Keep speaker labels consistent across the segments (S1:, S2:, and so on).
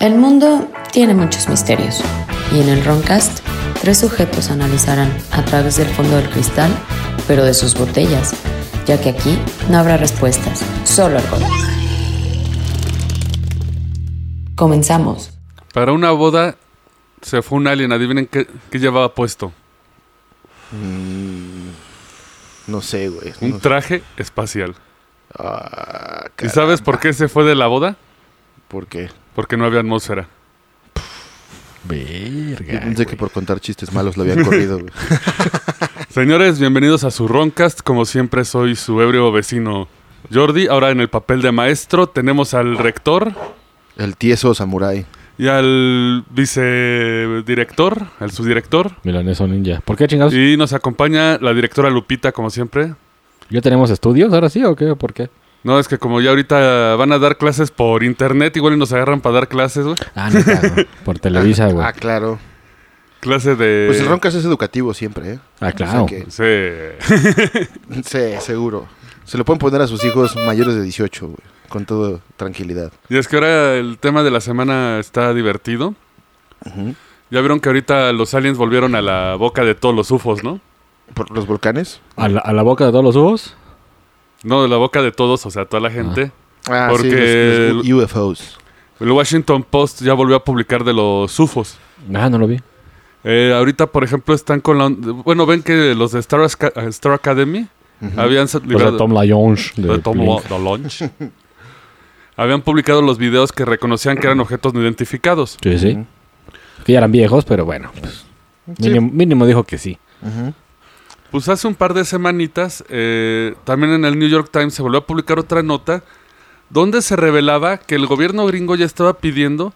S1: El mundo tiene muchos misterios y en el Roncast tres sujetos analizarán a través del fondo del cristal, pero de sus botellas, ya que aquí no habrá respuestas, solo alcohol. Comenzamos.
S2: Para una boda se fue un alien. Adivinen qué, qué llevaba puesto.
S3: Mm, no sé, güey.
S2: Un
S3: No-
S2: traje espacial.
S3: Ah,
S2: ¿Y
S3: cara-
S2: sabes por qué se fue de la boda?
S3: ¿Por qué?
S2: Porque no había atmósfera.
S3: Yo
S4: Verga.
S3: pensé que por contar chistes malos lo había corrido, güey.
S2: Señores, bienvenidos a su Roncast. Como siempre, soy su ebrio vecino Jordi. Ahora en el papel de maestro tenemos al rector
S3: El tieso samurái.
S2: y al vicedirector, al subdirector.
S4: Milaneso Ninja. ¿Por qué chingados?
S2: Y nos acompaña la directora Lupita, como siempre.
S4: ¿Ya tenemos estudios ahora sí o qué? ¿Por qué?
S2: No, es que como ya ahorita van a dar clases por internet, igual y nos agarran para dar clases, güey.
S4: Ah, no, claro. Por Televisa, güey.
S3: Ah, claro.
S2: Clase de...
S3: Pues el Roncas es educativo siempre, ¿eh?
S4: Ah, claro.
S3: O sea
S2: Sí.
S3: que- sí, seguro. Se lo pueden poner a sus hijos mayores de 18, güey. Con toda tranquilidad.
S2: Y es que ahora el tema de la semana está divertido.
S3: Ujú.
S2: Ya vieron que ahorita los aliens volvieron a la boca de todos los UFOs, ¿no?
S3: ¿Por los volcanes?
S4: ¿A la, a la boca de todos los ojos?
S2: No, de la boca de todos, o sea, toda la gente.
S3: Ah,
S2: Porque-
S3: sí, los- los UFOs.
S2: El Washington Post ya volvió a publicar de los UFOs.
S4: Ah, no lo vi.
S2: Eh, ahorita, por ejemplo, están con la... on- Bueno, ven que los de Star, Asca- Star Academy habían sa-
S4: Los
S2: liberado...
S4: de Tom Lyons. Pues De
S2: de Tom
S4: Blink.
S2: Lo- de Launch. habían publicado los videos que reconocían que eran objetos no identificados.
S4: Sí, sí.
S3: Ujú.
S4: Que ya eran viejos, pero bueno. pues, mínimo, mínimo dijo que sí.
S3: Ujú.
S2: Pues hace un par de semanitas, eh, también en el New York Times se volvió a publicar otra nota donde se revelaba que el gobierno gringo ya estaba pidiendo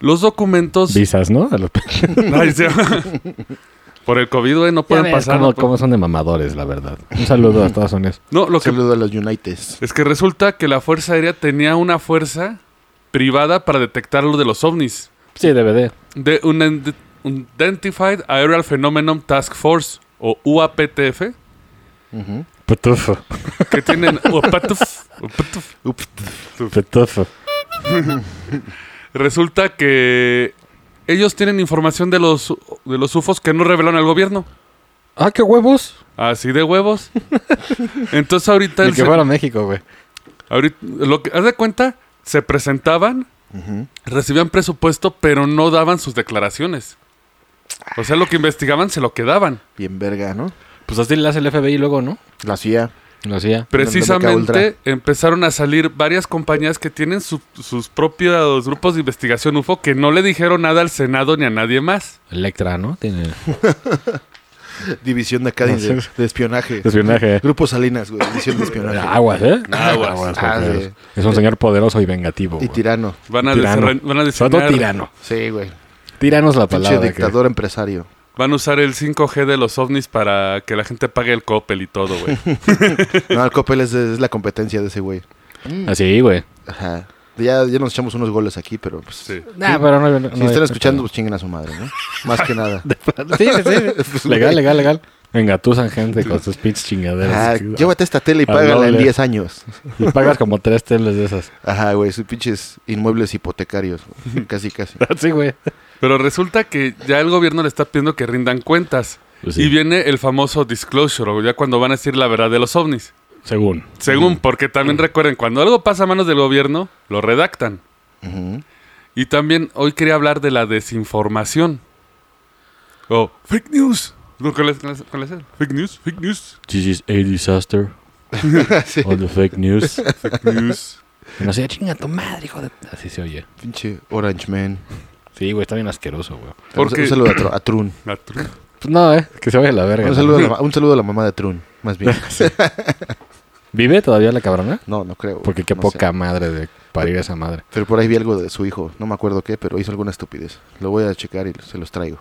S2: los documentos...
S4: Visas, ¿no? A los-
S2: Ay, sí. Por el COVID, güey, no
S4: Ya
S2: pueden
S4: ves
S2: pasar.
S4: cómo,
S2: no pueden-
S4: cómo son de mamadores, la verdad. Un saludo a Estados Unidos.
S2: No, lo que
S3: Saludo a los Unites.
S2: es que resulta que la Fuerza Aérea tenía una fuerza privada para detectar lo de los ovnis.
S4: Sí, DVD.
S2: De un Ind- Unidentified Aerial Phenomenon Task Force, o UAPTF,
S3: Ujú.
S4: Petufo.
S2: que tienen... UAPTF, UAPTF.
S3: Ups.
S4: Petufo.
S2: Resulta que ellos tienen información de los, de los UFOs que no revelaron al gobierno.
S4: Ah, qué huevos.
S2: Así de huevos. Entonces ahorita...
S4: Ni
S2: el
S4: que
S2: se-
S4: fuera a México, güey.
S2: ahorita- lo que, haz de cuenta, se presentaban,
S3: Ujú.
S2: recibían presupuesto, pero no daban sus declaraciones. O sea, lo que investigaban se lo quedaban.
S3: Bien verga, ¿no?
S4: Pues así le hace el FBI luego, ¿no?
S3: La CIA.
S4: Lo hacía.
S2: Precisamente empezaron a salir varias compañías que tienen su- sus propios grupos de investigación UFO que no le dijeron nada al Senado ni a nadie más.
S4: Electra, ¿no? Tiene
S3: División de acá de, de espionaje.
S4: espionaje.
S3: Grupo Salinas, güey. División de espionaje.
S4: Aguas, ¿eh?
S2: Aguas.
S3: Ah,
S4: porque
S3: sí.
S4: es- Es un señor poderoso y vengativo.
S3: Y
S4: güey.
S3: tirano.
S2: Van a,
S4: Tirano.
S2: desarra- van a
S4: Sobre todo
S2: diseñar-
S4: tirano.
S3: Sí, güey.
S4: Tirano es la
S3: Pinche
S4: palabra. que-
S3: dictador empresario.
S2: Van a usar el 5G de los ovnis para que la gente pague el Coppel y todo, güey.
S3: No, el Coppel es, es la competencia de ese güey.
S4: Así, Ah, güey.
S3: Ajá. Ya, ya nos echamos unos goles aquí, pero pues.
S2: Sí.
S4: Nah, pero no,
S3: Si están escuchando, pues chinguen a su madre, ¿no? Más que nada.
S4: Sí, sí,
S3: pues,
S4: sí. legal, legal, legal. Engatusan gente con sus pinches chingaderas.
S3: Ajá, llévate esta tele y
S4: Al
S3: págala en
S4: doble.
S3: 10 años.
S4: Y pagas como tres teles de esas.
S3: Ajá, güey, sus pinches inmuebles hipotecarios. güey. Casi, casi.
S4: Sí, güey.
S2: Pero resulta que ya el gobierno le está pidiendo que rindan cuentas.
S4: Pues sí.
S2: Y viene el famoso disclosure, o ya cuando van a decir la verdad de los ovnis.
S4: Según.
S2: Según, porque también recuerden, cuando algo pasa a manos del gobierno, lo redactan.
S3: Ujú.
S2: Y también hoy quería hablar de la desinformación. O fake news. No, ¿Cuál es, cuál es- cuál es el? Fake news, fake news,
S4: This is a disaster.
S3: Sí.
S4: All the fake news.
S2: fake news.
S4: No sé, chinga tu madre, hijo de. Así se oye.
S3: Pinche Orange Man.
S4: Sí, güey, está bien asqueroso, güey.
S2: Porque-
S3: Un saludo a, Tru- a Trun.
S2: La tru-
S4: Pues no, eh. Que se vaya a la verga.
S3: Un
S4: ¿no?
S3: saludo a, la, ma- un saludo a la mamá de Trun, más bien.
S4: ¿Vive todavía la cabrona?
S3: No, no creo. güey.
S4: Porque qué
S3: No sé.
S4: poca madre de parir esa madre.
S3: Pero por ahí vi algo de su hijo. No me acuerdo qué, pero hizo alguna estupidez. Lo voy a checar y se los traigo.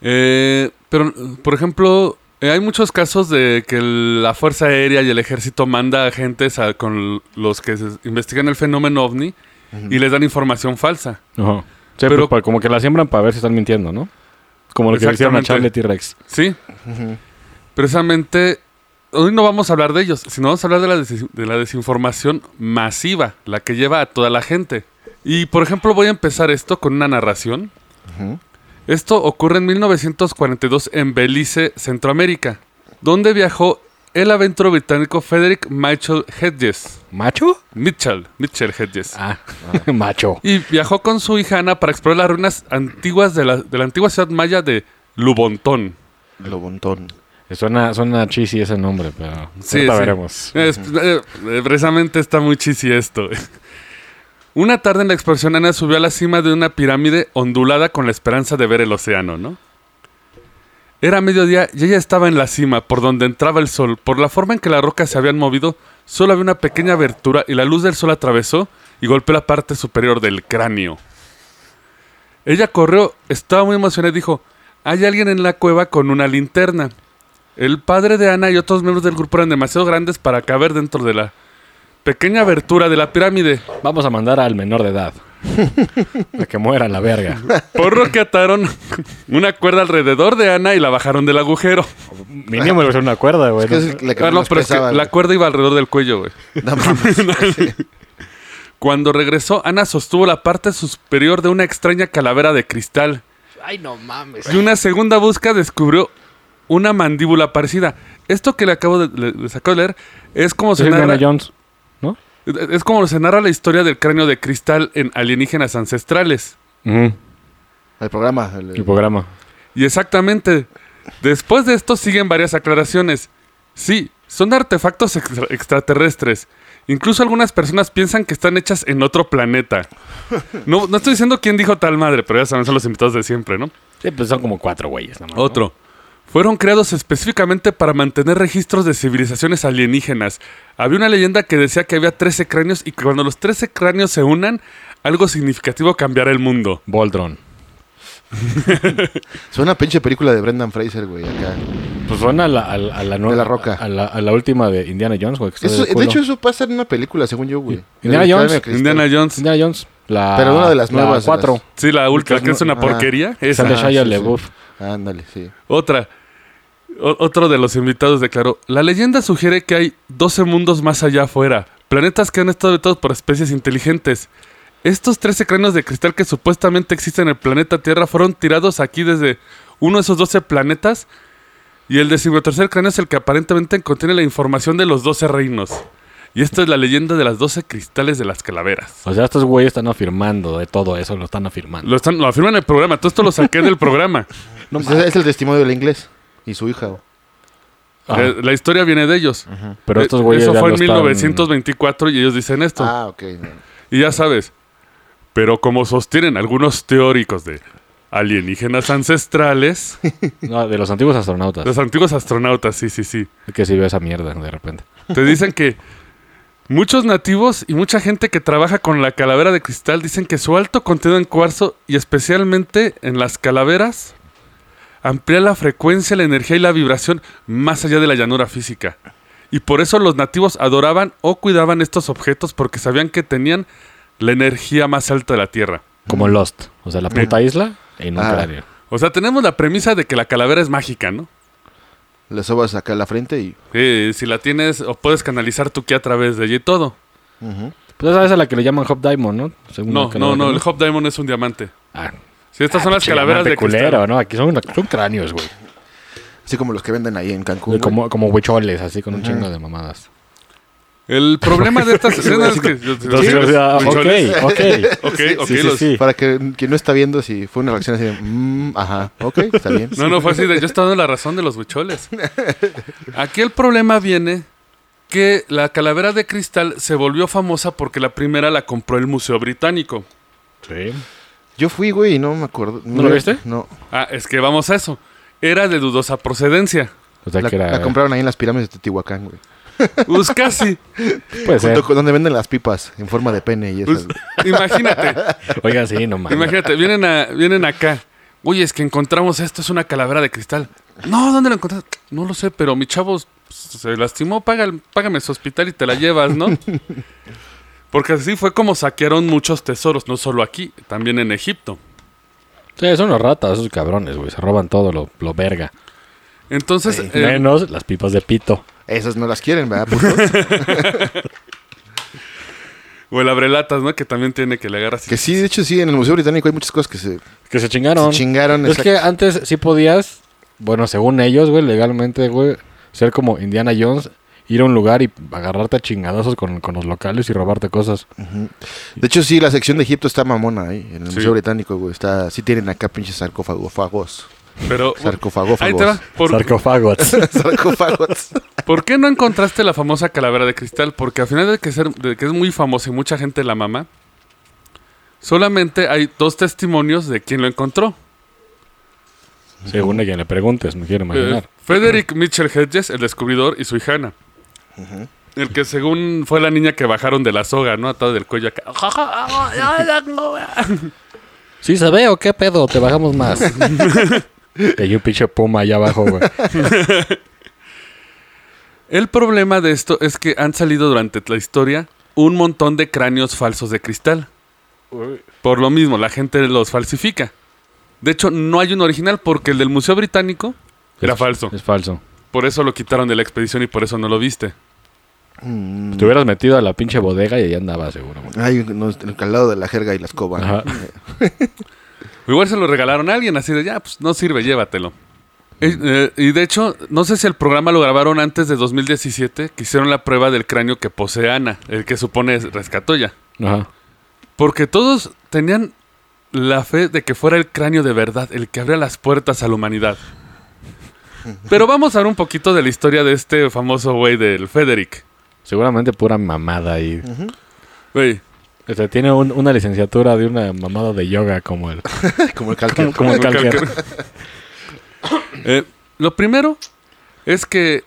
S2: Eh, pero, eh, por ejemplo, eh, hay muchos casos de que el- la Fuerza Aérea y el Ejército manda agentes a- con l- los que se- investigan el fenómeno ovni y les dan información falsa.
S4: Ajá. Sí,
S2: Pero-
S4: pero, pa- como que la siembran para ver si están mintiendo, ¿no? Como lo que le hicieron a
S2: Exactamente.
S4: Charlie T-Rex.
S2: ¿Sí? Precisamente hoy no vamos a hablar de ellos, sino vamos a hablar de la, des- de la desinformación masiva, la que lleva a toda la gente. Y por ejemplo, voy a empezar esto con una narración.
S3: Ujú.
S2: Esto ocurre en 1942 en Belice, Centroamérica, donde viajó el aventurero británico Frederick Michael Hedges.
S4: ¿Macho?
S2: Mitchell, Mitchell Hedges.
S4: Ah, macho.
S2: Y viajó con su hija Ana para explorar las ruinas antiguas de la, de la antigua ciudad maya de Lubontón.
S3: Lobontón.
S4: Suena, suena cheesy ese nombre, pero
S2: Sí,
S4: ahorita
S2: sí.
S4: veremos.
S2: Es- eh, eh, precisamente está muy chisi esto. Una tarde en la exploración, Ana subió a la cima de una pirámide ondulada con la esperanza de ver el océano, ¿no? Era mediodía y ella estaba en la cima, por donde entraba el sol. Por la forma en que las rocas se habían movido, solo había una pequeña abertura y la luz del sol atravesó y golpeó la parte superior del cráneo. Ella corrió, estaba muy emocionada y dijo, hay alguien en la cueva con una linterna. El padre de Ana y otros miembros del grupo eran demasiado grandes para caber dentro de la pequeña abertura de la pirámide,
S4: Vamos a mandar al menor de edad. a que muera la verga.
S2: por lo que ataron una cuerda alrededor de Ana y la bajaron del agujero.
S4: Mínimo le pusieron una cuerda, güey.
S3: Es que es la que
S2: Ah, no,
S3: menos
S2: pero es que
S3: pesaba,
S2: la
S3: güey.
S2: cuerda iba alrededor del cuello, güey.
S3: No mames.
S2: Cuando regresó, Ana sostuvo la parte superior de una extraña calavera de cristal.
S4: Ay, no mames.
S2: Y una segunda busca descubrió una mandíbula parecida. Esto que le acabo de, le- les acabo de leer es como se narra-
S4: Indiana Jones. ¿No?
S2: es como se narra la historia del cráneo de cristal en alienígenas ancestrales.
S3: El programa. el-
S4: El programa.
S2: Y exactamente. Después de esto siguen varias aclaraciones. Sí, son artefactos extra- extraterrestres. Incluso algunas personas piensan que están hechas en otro planeta. No, no estoy diciendo quién dijo tal madre, pero ya saben, son los invitados de siempre, ¿no?
S4: Sí, pues son como cuatro güeyes, nada más, ¿no?
S2: Otro. Fueron creados específicamente para mantener registros de civilizaciones alienígenas. Había una leyenda que decía que había 13 cráneos y que cuando los 13 cráneos se unan, algo significativo cambiará el mundo.
S4: Voltron.
S3: Suena a pinche película de Brendan Fraser, güey, acá.
S4: Pues suena a la, a la- a la nueva.
S3: De La Roca.
S4: A la, a la última de Indiana Jones, güey. que está
S3: Eso-
S4: del
S3: de
S4: culo.
S3: hecho, eso pasa en una película, según yo, güey.
S4: Indiana
S3: El
S4: Jones.
S3: cráneo de cristal.
S2: Indiana Jones.
S4: Indiana Jones. La,
S3: Pero una de las
S4: la
S3: nuevas, de
S4: cuatro.
S3: las-
S2: Sí, la última,
S4: Porque
S2: que es una
S3: no-
S2: porquería. Esa.
S4: Sale
S3: Ah,
S4: Shia
S3: sí, sí.
S4: LaBeouf.
S3: Ándale, sí.
S2: Otra. O- otro de los invitados declaró, la leyenda sugiere que hay 12 mundos más allá afuera, planetas que han estado habitados por especies inteligentes. Estos 13 cráneos de cristal que supuestamente existen en el planeta Tierra fueron tirados aquí desde uno de esos 12 planetas y el decimotercer cráneo es el que aparentemente contiene la información de los 12 reinos. Y esta es la leyenda de las 12 cristales de las calaveras.
S4: O sea, estos güeyes están afirmando de todo eso, lo están afirmando.
S2: Lo, están, lo afirman en el programa, todo esto lo saqué del programa.
S3: Pues es, es el testimonio del inglés y su hija. güey.
S4: Ajá.
S2: Eh, La historia viene de ellos.
S4: Pero estos
S2: Eh,
S4: güeyes
S2: Eso
S4: ya
S2: fue
S4: lo
S2: en
S4: están-
S2: 1924 y ellos dicen esto.
S3: Ah, ok.
S2: Y ya sabes. Pero como sostienen algunos teóricos de alienígenas ancestrales,
S4: No, de los antiguos astronautas.
S2: los antiguos astronautas, sí, sí, sí,
S4: Que si veo esa mierda de repente.
S2: te dicen que muchos nativos y mucha gente que trabaja con la calavera de cristal dicen que su alto contenido en cuarzo y especialmente en las calaveras amplía la frecuencia, la energía y la vibración más allá de la llanura física. Y por eso los nativos adoraban o cuidaban estos objetos porque sabían que tenían la energía más alta de la Tierra.
S4: Como Lost. O sea, la puta
S2: Mm.
S4: isla en un
S3: Ah.
S4: cráneo.
S2: O sea, tenemos la premisa de que la calavera es mágica, ¿no?
S3: Le sobas acá la frente y.
S2: Eh, si la tienes o puedes canalizar tu ki a través de ella y todo.
S3: Ujú.
S4: Pues esa es a la que le llaman Hop Diamond, ¿no? Según
S2: No,
S4: la
S2: no,
S4: calavera,
S2: no, el Hop Diamond es un diamante.
S4: Ah.
S2: Si estas son
S4: Ah,
S2: las
S4: pinche
S2: calaveras
S4: diamante
S2: de
S4: culero,
S2: cristal.
S4: ¿no? Aquí son, son cráneos, güey.
S3: Así como los que venden ahí en Cancún. güey.
S4: Como, como huicholes, así con un chingo de mamadas.
S2: El problema de estas escenas es que...
S4: Entonces, ah, ok, ok.
S2: Ok, ok,
S4: Sí, sí,
S2: los-
S4: sí.
S3: Para que quien no está viendo, si fue una reacción así de. "Mm, ajá, ok, está bien.
S2: No, no, fue así de... Yo estaba dando la razón de los huicholes. Aquí el problema viene que la calavera de cristal se volvió famosa porque la primera la compró el Museo Británico.
S4: Sí.
S3: Yo fui, güey, y no me acuerdo.
S4: ¿No lo viste?
S3: No.
S2: Ah, es que vamos a eso. Era de dudosa procedencia.
S4: O sea,
S3: La,
S4: que era... eh,
S3: la compraron ahí en las pirámides de Teotihuacán, güey.
S2: Pues casi.
S4: Puede ser.
S3: Junto con donde venden las pipas en forma de pene y eso.
S2: Pues, imagínate.
S4: Oigan, sí, no mames.
S2: Imagínate, vienen, a- vienen acá. Oye, es que encontramos esto, es una calavera de cristal. No, ¿dónde la encontraste? No lo sé, pero mi chavo se lastimó, paga el- págame su hospital y te la llevas, ¿no? Porque así fue como saquearon muchos tesoros, no solo aquí, también en Egipto.
S4: Sí, son los ratas, esos cabrones, güey. Se roban todo lo, lo verga.
S2: Entonces, eh,
S4: Menos las pipas de pito.
S3: Esas no las quieren, ¿verdad? putos?
S2: O el abrelatas, ¿no? Que también tiene que le agarras. y-
S3: que sí, de hecho sí, en el Museo Británico hay muchas cosas que se...
S4: Que se chingaron.
S3: Se chingaron,
S4: Es que
S3: exacto.
S4: antes sí podías, bueno, según ellos, güey, legalmente, güey, ser como Indiana Jones, ir a un lugar y agarrarte a chingadazos con, con los locales y robarte cosas.
S3: De hecho sí, la sección de Egipto está mamona ahí, en el
S2: Sí.
S3: Museo Británico, güey. Está, sí tienen acá pinches sarcófagos.
S2: Pero.
S3: Sarcófagos.
S2: Ahí te va. ¿Por,
S4: Sarcofagos.
S3: sarcófagos.
S2: por qué no encontraste la famosa calavera de cristal? Porque al final de que, ser, de que es muy famosa y mucha gente la mama, solamente hay dos testimonios de quien lo encontró.
S4: según a quien le preguntes, me quiero imaginar.
S2: Eh, Frederick Mitchell Hedges, el descubridor, y su hija Ana. El que según fue la niña que bajaron de la soga, ¿no? Atada del cuello acá.
S4: ¿Sí se ve o qué pedo? Te bajamos más. que hay un pinche puma allá abajo, güey.
S2: El problema de esto es que han salido durante la historia un montón de cráneos falsos de cristal. Por lo mismo, la gente los falsifica. De hecho, no hay un original porque el del Museo Británico era
S4: Es-
S2: falso.
S4: Es falso.
S2: Por eso lo quitaron de la expedición y por eso no lo viste.
S4: Te hubieras metido a la pinche bodega y ahí andaba seguro, güey.
S3: Ay, no, el calado de la jerga y la escoba.
S4: Ajá.
S2: Igual se lo regalaron a alguien, así de ya, pues no sirve,
S4: Mm.
S2: llévatelo. Eh, eh, y de hecho, no sé si el programa lo grabaron antes de 2017, que hicieron la prueba del cráneo que posee Ana, el que supone es- rescató ya.
S4: Ajá.
S2: Porque todos tenían la fe de que fuera el cráneo de verdad el que abría las puertas a la humanidad. Pero vamos a ver un poquito de la historia de este famoso güey del Frederick.
S4: Seguramente pura mamada ahí.
S2: Güey,
S4: O sea, tiene un- una licenciatura de una mamada de yoga como el...
S3: Como el calque.
S4: Como el calquer.
S2: Eh, lo primero es que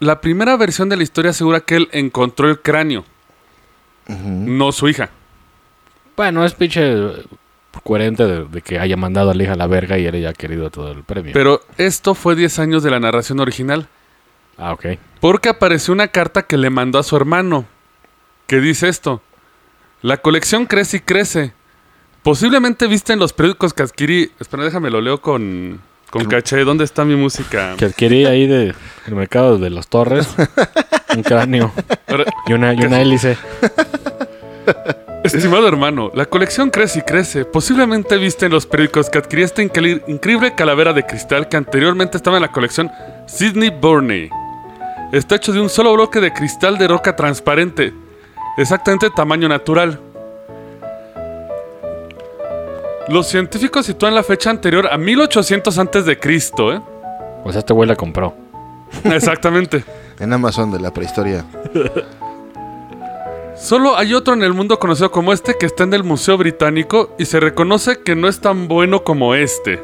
S2: la primera versión de la historia asegura que él encontró el cráneo, no su hija.
S4: Bueno, es pinche eh, coherente de, de que haya mandado a la hija a la verga y él haya querido todo el premio.
S2: Pero esto fue 10 años de la narración original,
S4: ah, ok.
S2: porque apareció una carta que le mandó a su hermano, que dice esto. La colección crece y crece. Posiblemente viste en los periódicos que adquirí... Espera, déjame, lo leo con, con caché. ¿Dónde está mi música?
S4: Que adquirí ahí de el mercado de los torres un cráneo
S2: Ahora-
S4: y una, y una hélice.
S2: Estimado hermano, la colección crece y crece. Posiblemente viste en los periódicos que adquirí esta incre- increíble calavera de cristal que anteriormente estaba en la colección Sidney Burney. Está hecho de un solo bloque de cristal de roca transparente, exactamente tamaño natural. Los científicos sitúan la fecha anterior a 1800 antes de Cristo, ¿eh?
S4: O sea, este güey la compró.
S2: Exactamente.
S3: En Amazon de la prehistoria.
S2: Solo hay otro en el mundo conocido como este que está en el Museo Británico y se reconoce que no es tan bueno como este.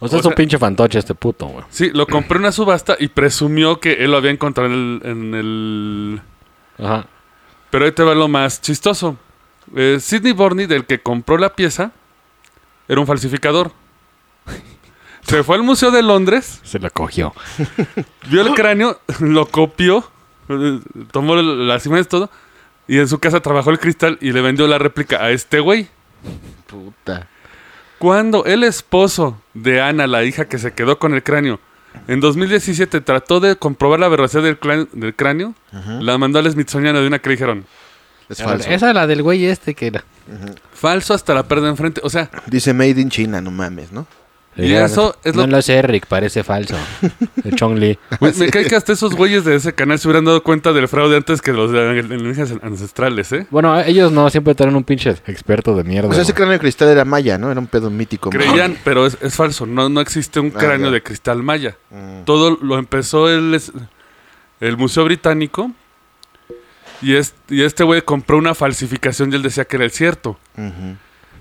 S4: O sea,
S2: O
S4: es un
S2: sea-
S4: pinche fantoche este puto, güey.
S2: Sí, lo compré en una subasta y presumió que él lo había encontrado en el... en el-
S4: Ajá.
S2: Pero ahí te va lo más chistoso. Eh, Sidney Borney, del que compró la pieza, era un falsificador. Se fue al Museo de Londres,
S4: Se la cogió.
S2: vio el cráneo, lo copió, eh, tomó las imágenes todo, y en su casa trabajó el cristal y le vendió la réplica a este güey.
S3: Puta.
S2: Cuando el esposo de Ana, la hija que se quedó con el cráneo, en 2017 trató de comprobar la veracidad del, clan- del cráneo, la mandó al Smithsonian de una que le dijeron,
S3: Es falso.
S4: es la del güey este que era.
S2: falso hasta la perda enfrente. O sea,
S3: Dice Made in China, no mames, ¿no?
S2: Y eso es lo-
S4: No lo sé, Rick, parece falso. El Chong Li.
S2: güey, me cae que hasta esos güeyes de ese canal se hubieran dado cuenta del fraude antes que los de alienígenas ancestrales, ¿eh?
S4: Bueno, ellos no, siempre traen un pinche experto de mierda.
S3: O sea, ese
S4: güey.
S3: cráneo de cristal era maya, ¿no? Era un pedo mítico. ¿no?
S2: Creían, pero es, es falso. No, no existe un
S3: Ah,
S2: cráneo
S3: ya.
S2: de cristal maya. Todo lo empezó el, es- el Museo Británico. Y, es- y este güey compró una falsificación y él decía que era el cierto.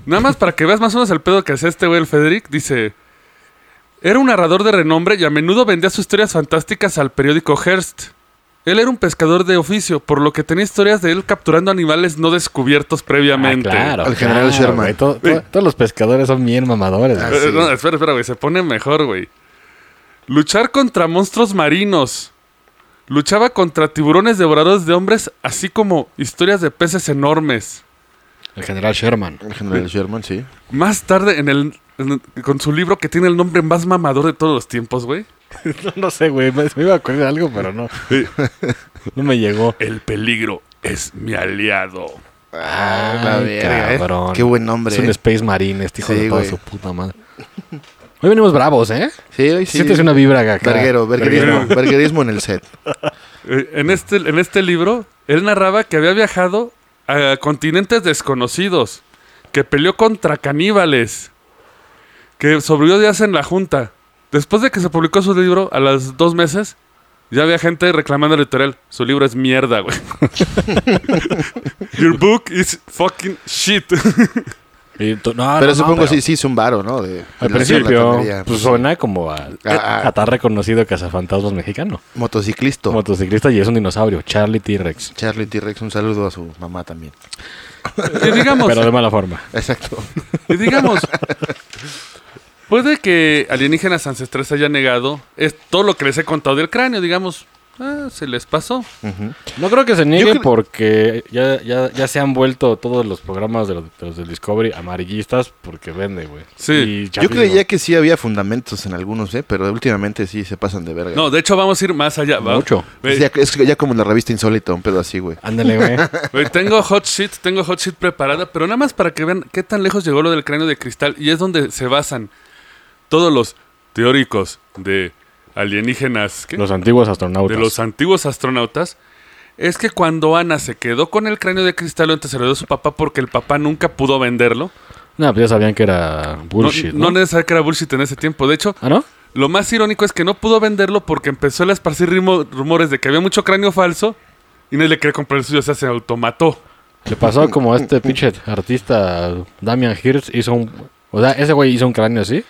S2: Nada más para que veas más o menos el pedo que hace este güey, el Federic, dice... Era un narrador de renombre y a menudo vendía sus historias fantásticas al periódico Hearst. Él era un pescador de oficio, por lo que tenía historias de él capturando animales no descubiertos previamente.
S4: Ah, claro.
S3: Al general
S4: claro,
S3: Sherman.
S4: güey. Todo- todo- todos los pescadores son bien mamadores. güey.
S3: Ah, sí.
S2: Eh, no, espera, espera, güey. Se pone mejor, güey. Luchar contra monstruos marinos. Luchaba contra tiburones devoradores de hombres, así como historias de peces enormes.
S4: El general Sherman.
S3: El general Sherman, sí.
S2: Más tarde, en el, en el- con su libro que tiene el nombre más mamador de todos los tiempos, güey.
S4: No, no sé, güey. Me, me iba a acordar de algo, pero no. No me llegó.
S2: El peligro es mi aliado.
S3: Ah, la
S4: Ay,
S3: verga, eh.
S4: cabrón.
S3: Qué buen nombre.
S4: Es un
S3: eh.
S4: Space Marine, este hijo
S3: Sí,
S4: de toda
S3: güey.
S4: su puta madre. Hoy venimos bravos, ¿eh?
S3: Sí, hoy sí.
S4: Sientes una vibra acá.
S3: Verguero, verguerismo, verguerismo en el set.
S2: Eh, en, este, en este libro, él narraba que había viajado a continentes desconocidos, que peleó contra caníbales, que sobrevivió días en la junta. Después de que se publicó su libro, a las dos meses, ya había gente reclamando al editorial. Su libro es mierda, güey. Your book is fucking shit.
S4: Y tú- no, no,
S3: pero
S4: Ah, no,
S3: supongo
S4: pero
S3: sí, sí, es un varo, ¿no? De,
S4: Al
S3: de
S4: principio,
S3: la sonaría.
S4: pues suena como a,
S3: Ah, ah.
S4: a tan reconocido cazafantasmas mexicano.
S3: Motociclista.
S4: Motociclista y es un dinosaurio, Charlie T-Rex.
S3: Charlie T-Rex, un saludo a su mamá también.
S2: Y digamos,
S4: Pero de mala forma.
S3: Exacto.
S2: Y digamos, puede que alienígenas ancestrales hayan negado es todo lo que les he contado del cráneo, digamos. ah, se les pasó.
S4: No creo que se niegue
S3: Yo cre-
S4: porque ya, ya, ya se han vuelto todos los programas de los, de los del Discovery amarillistas porque vende, güey.
S2: Sí.
S4: Y
S3: Yo
S4: chapismo.
S3: creía que sí había fundamentos en algunos, ¿eh? Pero últimamente sí se pasan de verga.
S2: No, de hecho vamos a ir más allá. ¿va? Eh,
S4: Mucho.
S2: Ve,
S3: Es ya, es ya como en la revista Insólito, un pedo así, güey.
S4: Ándale, güey.
S2: ve, eh, tengo hot shit, tengo hot shit preparada, pero nada más para que vean qué tan lejos llegó lo del cráneo de cristal y es donde se basan todos los teóricos de alienígenas. ¿qué?
S4: los antiguos astronautas.
S2: de los antiguos astronautas es que cuando Ana se quedó con el cráneo de cristal, antes se lo dio a su papá porque el papá nunca pudo venderlo.
S4: No, pues ya sabían que era bullshit,
S2: No, no
S4: ¿no?
S2: necesariamente que era bullshit en ese tiempo. De hecho,
S4: ¿Ah, no?
S2: lo más irónico es que no pudo venderlo porque empezó a esparcir rimo- rumores de que había mucho cráneo falso y nadie le quería comprar el suyo, o sea, se automató.
S4: Le pasó como a este pinche artista Damian Hirst hizo un... O sea, ese güey hizo un cráneo así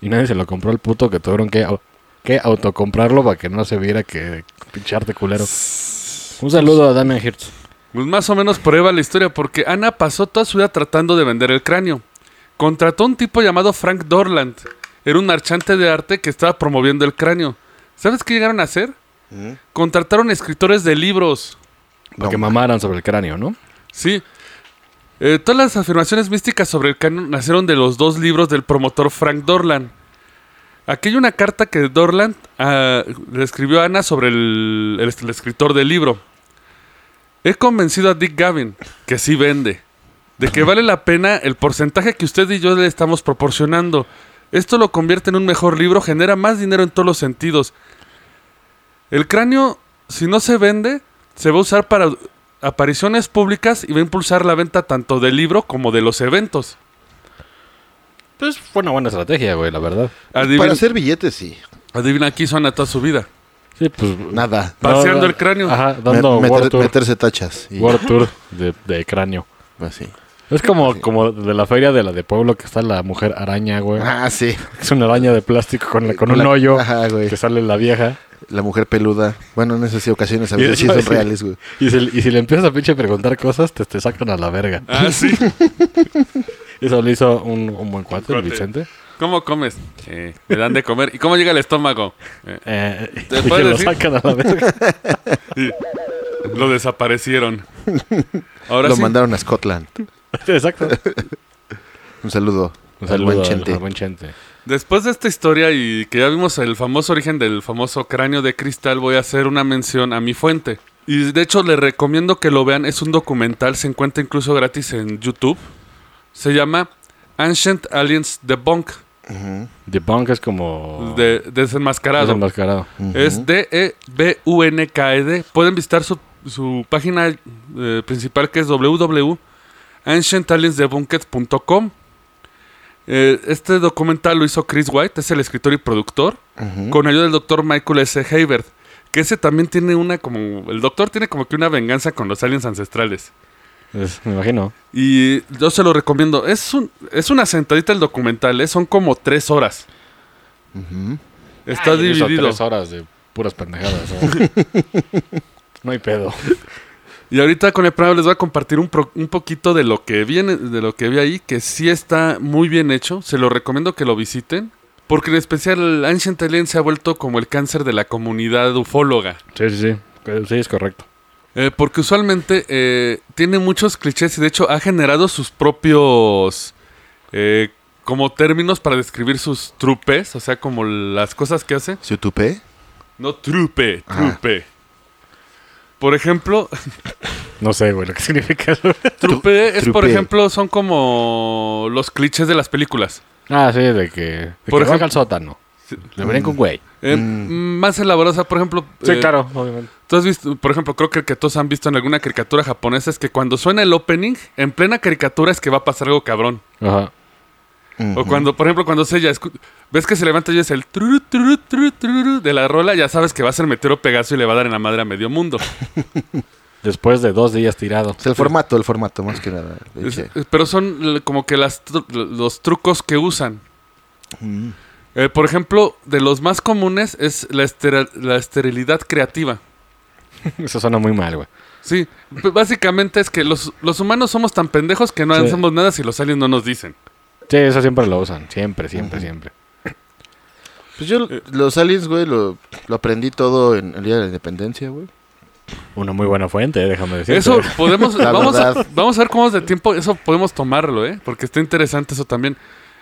S4: y nadie se lo compró al puto que tuvieron que, au- que autocomprarlo para que no se viera que pinche arte culero. Un saludo a Damian Hirst.
S2: Pues más o menos prueba la historia porque Ana pasó toda su vida tratando de vender el cráneo. Contrató a un tipo llamado Frank Dorland. Era un marchante de arte que estaba promoviendo el cráneo. ¿Sabes qué llegaron a hacer? Contrataron escritores de libros.
S4: Para
S3: No,
S4: que
S3: ma-
S4: mamaran sobre el cráneo, ¿no?
S2: Sí. Eh, todas las afirmaciones místicas sobre el canon nacieron de los dos libros del promotor Frank Dorland. Aquí hay una carta que Dorland ah, le escribió a Ana sobre el, el- el escritor del libro. He convencido a Dick Gavin, que sí vende, de que vale la pena el porcentaje que usted y yo le estamos proporcionando. Esto lo convierte en un mejor libro, genera más dinero en todos los sentidos. El cráneo, si no se vende, se va a usar para apariciones públicas y va a impulsar la venta tanto del libro como de los eventos.
S4: Pues fue una buena estrategia, güey, la verdad.
S2: Adivina,
S3: Para hacer billetes, sí.
S2: adivina qué hizo Ana toda su vida.
S4: Sí, pues...
S3: Nada.
S2: Paseando
S4: da-
S2: el cráneo.
S4: Ajá,
S3: Me-
S4: dando
S3: meter-
S4: World Tour,
S3: meterse tachas. Y,
S4: World Tour de, de cráneo.
S3: así.
S4: Es como, como de la feria de la de pueblo que está la mujer araña, güey.
S3: Ah, sí.
S4: Es una araña de plástico con, la- con un
S3: La-
S4: hoyo
S3: Ajá, güey.
S4: que sale la vieja.
S3: La mujer peluda. Bueno, en esas sí, ocasiones a
S4: Y
S3: veces sí
S4: eso-
S3: son reales, güey.
S4: Y si, y si le empiezas a pinche preguntar cosas, te, te sacan a la verga.
S2: Ah, sí.
S4: Eso lo hizo un, un buen cuate, el
S2: Cuate.
S4: Vicente.
S2: ¿Cómo comes? Eh, me dan de comer. ¿Y cómo llega el estómago? Eh,
S4: Eh,
S2: ¿Te
S4: y que
S2: puedes
S4: lo
S2: decir?
S4: sacan a la verga.
S2: lo desaparecieron. Ahora
S3: Lo
S2: sí.
S3: mandaron a Scotland.
S4: Exacto.
S3: Un saludo.
S4: Un
S3: al
S4: saludo
S3: buen
S4: al-
S3: Chente.
S4: al buen Chente.
S2: Después de esta historia y que ya vimos el famoso origen del famoso cráneo de cristal, voy a hacer una mención a mi fuente. Y de hecho les recomiendo que lo vean, es un documental, se encuentra incluso gratis en YouTube. Se llama Ancient Aliens Debunk,
S4: The Punk es como...
S2: de Desenmascarado.
S4: desenmascarado.
S2: Es D-E-B-U-N-K-E-D. Pueden visitar su, su página eh, principal que es www.ancientaliensdebunket.com. Eh, este documental lo hizo Chris White, es el escritor y productor, con ayuda del doctor Michael S. Hayward, que ese también tiene una como... El doctor tiene como que una venganza con los aliens ancestrales.
S4: Es- me imagino.
S2: Y yo se lo recomiendo. Es, un, es una sentadita el documental, ¿eh? son como tres horas. Está
S4: Ay, hizo
S2: dividido.
S4: tres horas de puras pendejadas. ¿no? no hay pedo.
S2: Y ahorita con el programa les voy a compartir un, pro- un poquito de lo que viene, de lo que vi ahí, que sí está muy bien hecho. Se lo recomiendo que lo visiten. Porque en especial Ancient Alien se ha vuelto como el cáncer de la comunidad ufóloga.
S4: Sí, sí, sí. Eh, Sí, es correcto.
S2: Eh, porque usualmente eh, tiene muchos clichés y de hecho ha generado sus propios eh, como términos para describir sus trupes, o sea, como las cosas que hace.
S3: ¿Se tupé?
S2: No, trupe,
S3: Ajá.
S2: trupe. Por ejemplo,
S4: No sé, güey, lo que significa eso.
S2: trupe es, por
S3: trupe.
S2: ejemplo, son como los clichés de las películas.
S4: Ah, sí, de que. de
S2: Por
S4: que
S2: ejemplo-
S4: baja al sótano. Le brinco un güey.
S2: Eh, Más elaboradas, por ejemplo. eh,
S4: obviamente.
S2: Tú has visto, por ejemplo, creo que, que todos han visto en alguna caricatura japonesa es que cuando suena el opening, en plena caricatura es que va a pasar algo cabrón.
S4: Ajá.
S2: O cuando, por ejemplo, cuando se ya escu- ves que se levanta y es el truru, truru, truru, truru de la rola, ya sabes que va a ser Meteoro Pegaso y le va a dar en la madre a medio mundo.
S4: Después de dos días tirado.
S3: O sea, el formato, el formato, más que nada.
S2: Es-
S3: Leche.
S2: es- pero son l- como que las tru- los trucos que usan. Eh, por ejemplo, de los más comunes es la, estera- la esterilidad creativa.
S4: Eso suena muy mal, güey.
S2: Sí, b- básicamente es que los, los humanos somos tan pendejos que no
S4: Sí.
S2: hacemos nada si los aliens no nos dicen.
S4: Sí, eso siempre lo usan. Siempre, siempre, siempre.
S3: Pues yo,
S4: Eh.
S3: los aliens, güey, lo, lo aprendí todo en el Día de la Independencia, güey.
S4: Una muy buena fuente, eh, déjame decirte.
S2: eso podemos,
S3: La
S2: vamos a,
S3: verdad.
S2: vamos a ver cómo es de tiempo, eso podemos tomarlo, ¿eh? Porque está interesante eso también.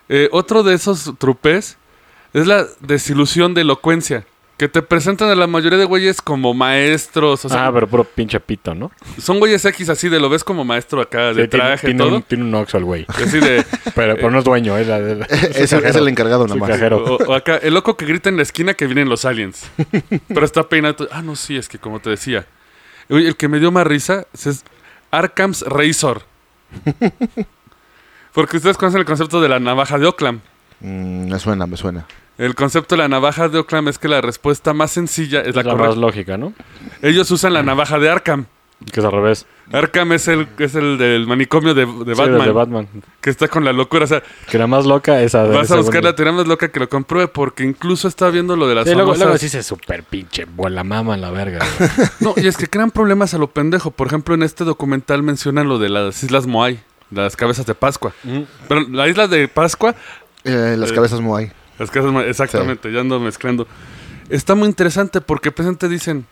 S2: Eh, otro de esos trupés es la desilusión de elocuencia. Que te presentan a la mayoría de güeyes como maestros. O sea,
S4: ah, pero puro pinche pito, ¿no?
S2: Son güeyes X así de lo ves como maestro acá, de
S4: Sí, tiene,
S2: traje y
S4: tiene
S2: todo.
S4: un, tiene un oxo el güey.
S2: Así de.
S4: Pero, pero no es dueño, es, la-
S3: Es, el- es el encargado
S4: su
S3: nomás.
S4: cajero.
S2: o- o acá, el loco que grita en la esquina que vienen los aliens. Pero está peinado. Ah, no, sí, es que como te decía. Oye, el que me dio más risa es Arkham's Razor. Porque ustedes conocen el concepto de la navaja de Ocklam.
S3: Mm, me suena, me suena.
S2: El concepto de la navaja de Ocklam es que la respuesta más sencilla es la
S4: Es Pues la más
S2: correcta.
S4: lógica, ¿no?
S2: Ellos usan la navaja de Arkham.
S4: Que es al revés.
S2: Arkham es el, es el del manicomio de, de
S4: Sí,
S2: Batman,
S4: de Batman.
S2: que está con la locura. O sea,
S4: Que la más loca es a
S2: Vas a buscar la
S4: buscarla.
S2: teoría más loca que lo compruebe porque incluso está viendo lo de las
S4: Sí, luego,
S2: famosas-
S4: luego sí se super pinche la mama en la verga. güey.
S2: No, y es que crean problemas a lo pendejo. Por ejemplo, en este documental mencionan lo de las Islas Moai, las cabezas de Pascua. Pero la isla de Pascua,
S3: Eh, las
S2: Eh.
S3: cabezas Moai.
S2: las cabezas de Moai, exactamente, ya ando mezclando. Está muy interesante porque presente dicen,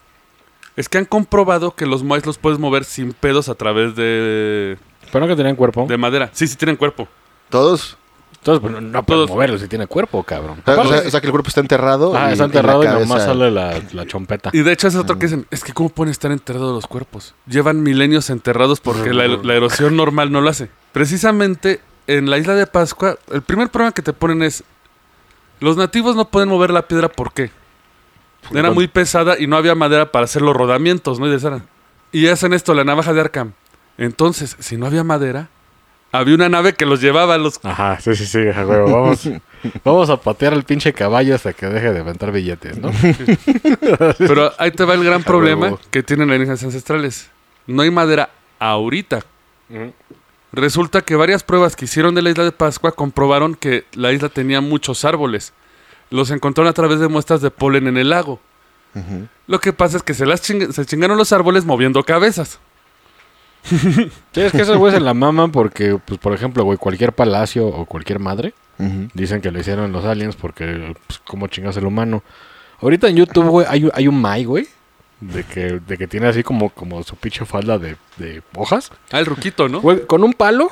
S2: es que han comprobado que los Moais los puedes mover sin pedos a través de,
S4: Pero no que tenían cuerpo.
S2: de madera. Sí, sí tienen cuerpo.
S3: ¿Todos?
S4: Entonces, pues, no, no puedes
S2: Todos.
S4: moverlo si tiene cuerpo, cabrón.
S3: Ah, O sea, o
S4: Aparte-
S3: sea- o sea, que el cuerpo está enterrado.
S4: ah,
S3: y-
S4: está
S3: y la
S4: enterrado y,
S3: cabeza-
S4: nomás sale la, la chompeta.
S2: Y de hecho es otro que dicen, es que cómo pueden estar enterrados los cuerpos. Llevan milenios enterrados porque la, la erosión normal no lo hace. Precisamente en la isla de Pascua, el primer problema que te ponen es, los nativos no pueden mover la piedra, ¿por qué? Era muy pesada y no había madera para hacer los rodamientos, ¿no? Y, de Sara. y hacen esto, la navaja de Arkham. Entonces, si no había madera, había una nave que los llevaba a los...
S4: Ajá, sí, sí, sí, a huevo, Vamos, vamos a patear al pinche caballo hasta que deje de aventar billetes, ¿no?
S2: Pero ahí te va el gran problema
S3: huevo.
S2: que tienen las líneas ancestrales. No hay madera ahorita, Resulta que varias pruebas que hicieron de la isla de Pascua comprobaron que la isla tenía muchos árboles. Los encontraron a través de muestras de polen en el lago. Lo que pasa es que se, las ching- se chingaron los árboles moviendo cabezas.
S4: Sí, es que esos güeyes se la maman porque, pues, por ejemplo, güey, cualquier palacio o cualquier madre
S3: Ujú.
S4: dicen que lo hicieron los aliens porque, pues, cómo chingas el humano. Ahorita en YouTube, güey, hay, un- hay un Mai, güey, de que, de que tiene así como, como su pinche falda de, de hojas.
S2: Ah, el ruquito, ¿no?
S4: Güey, con un palo,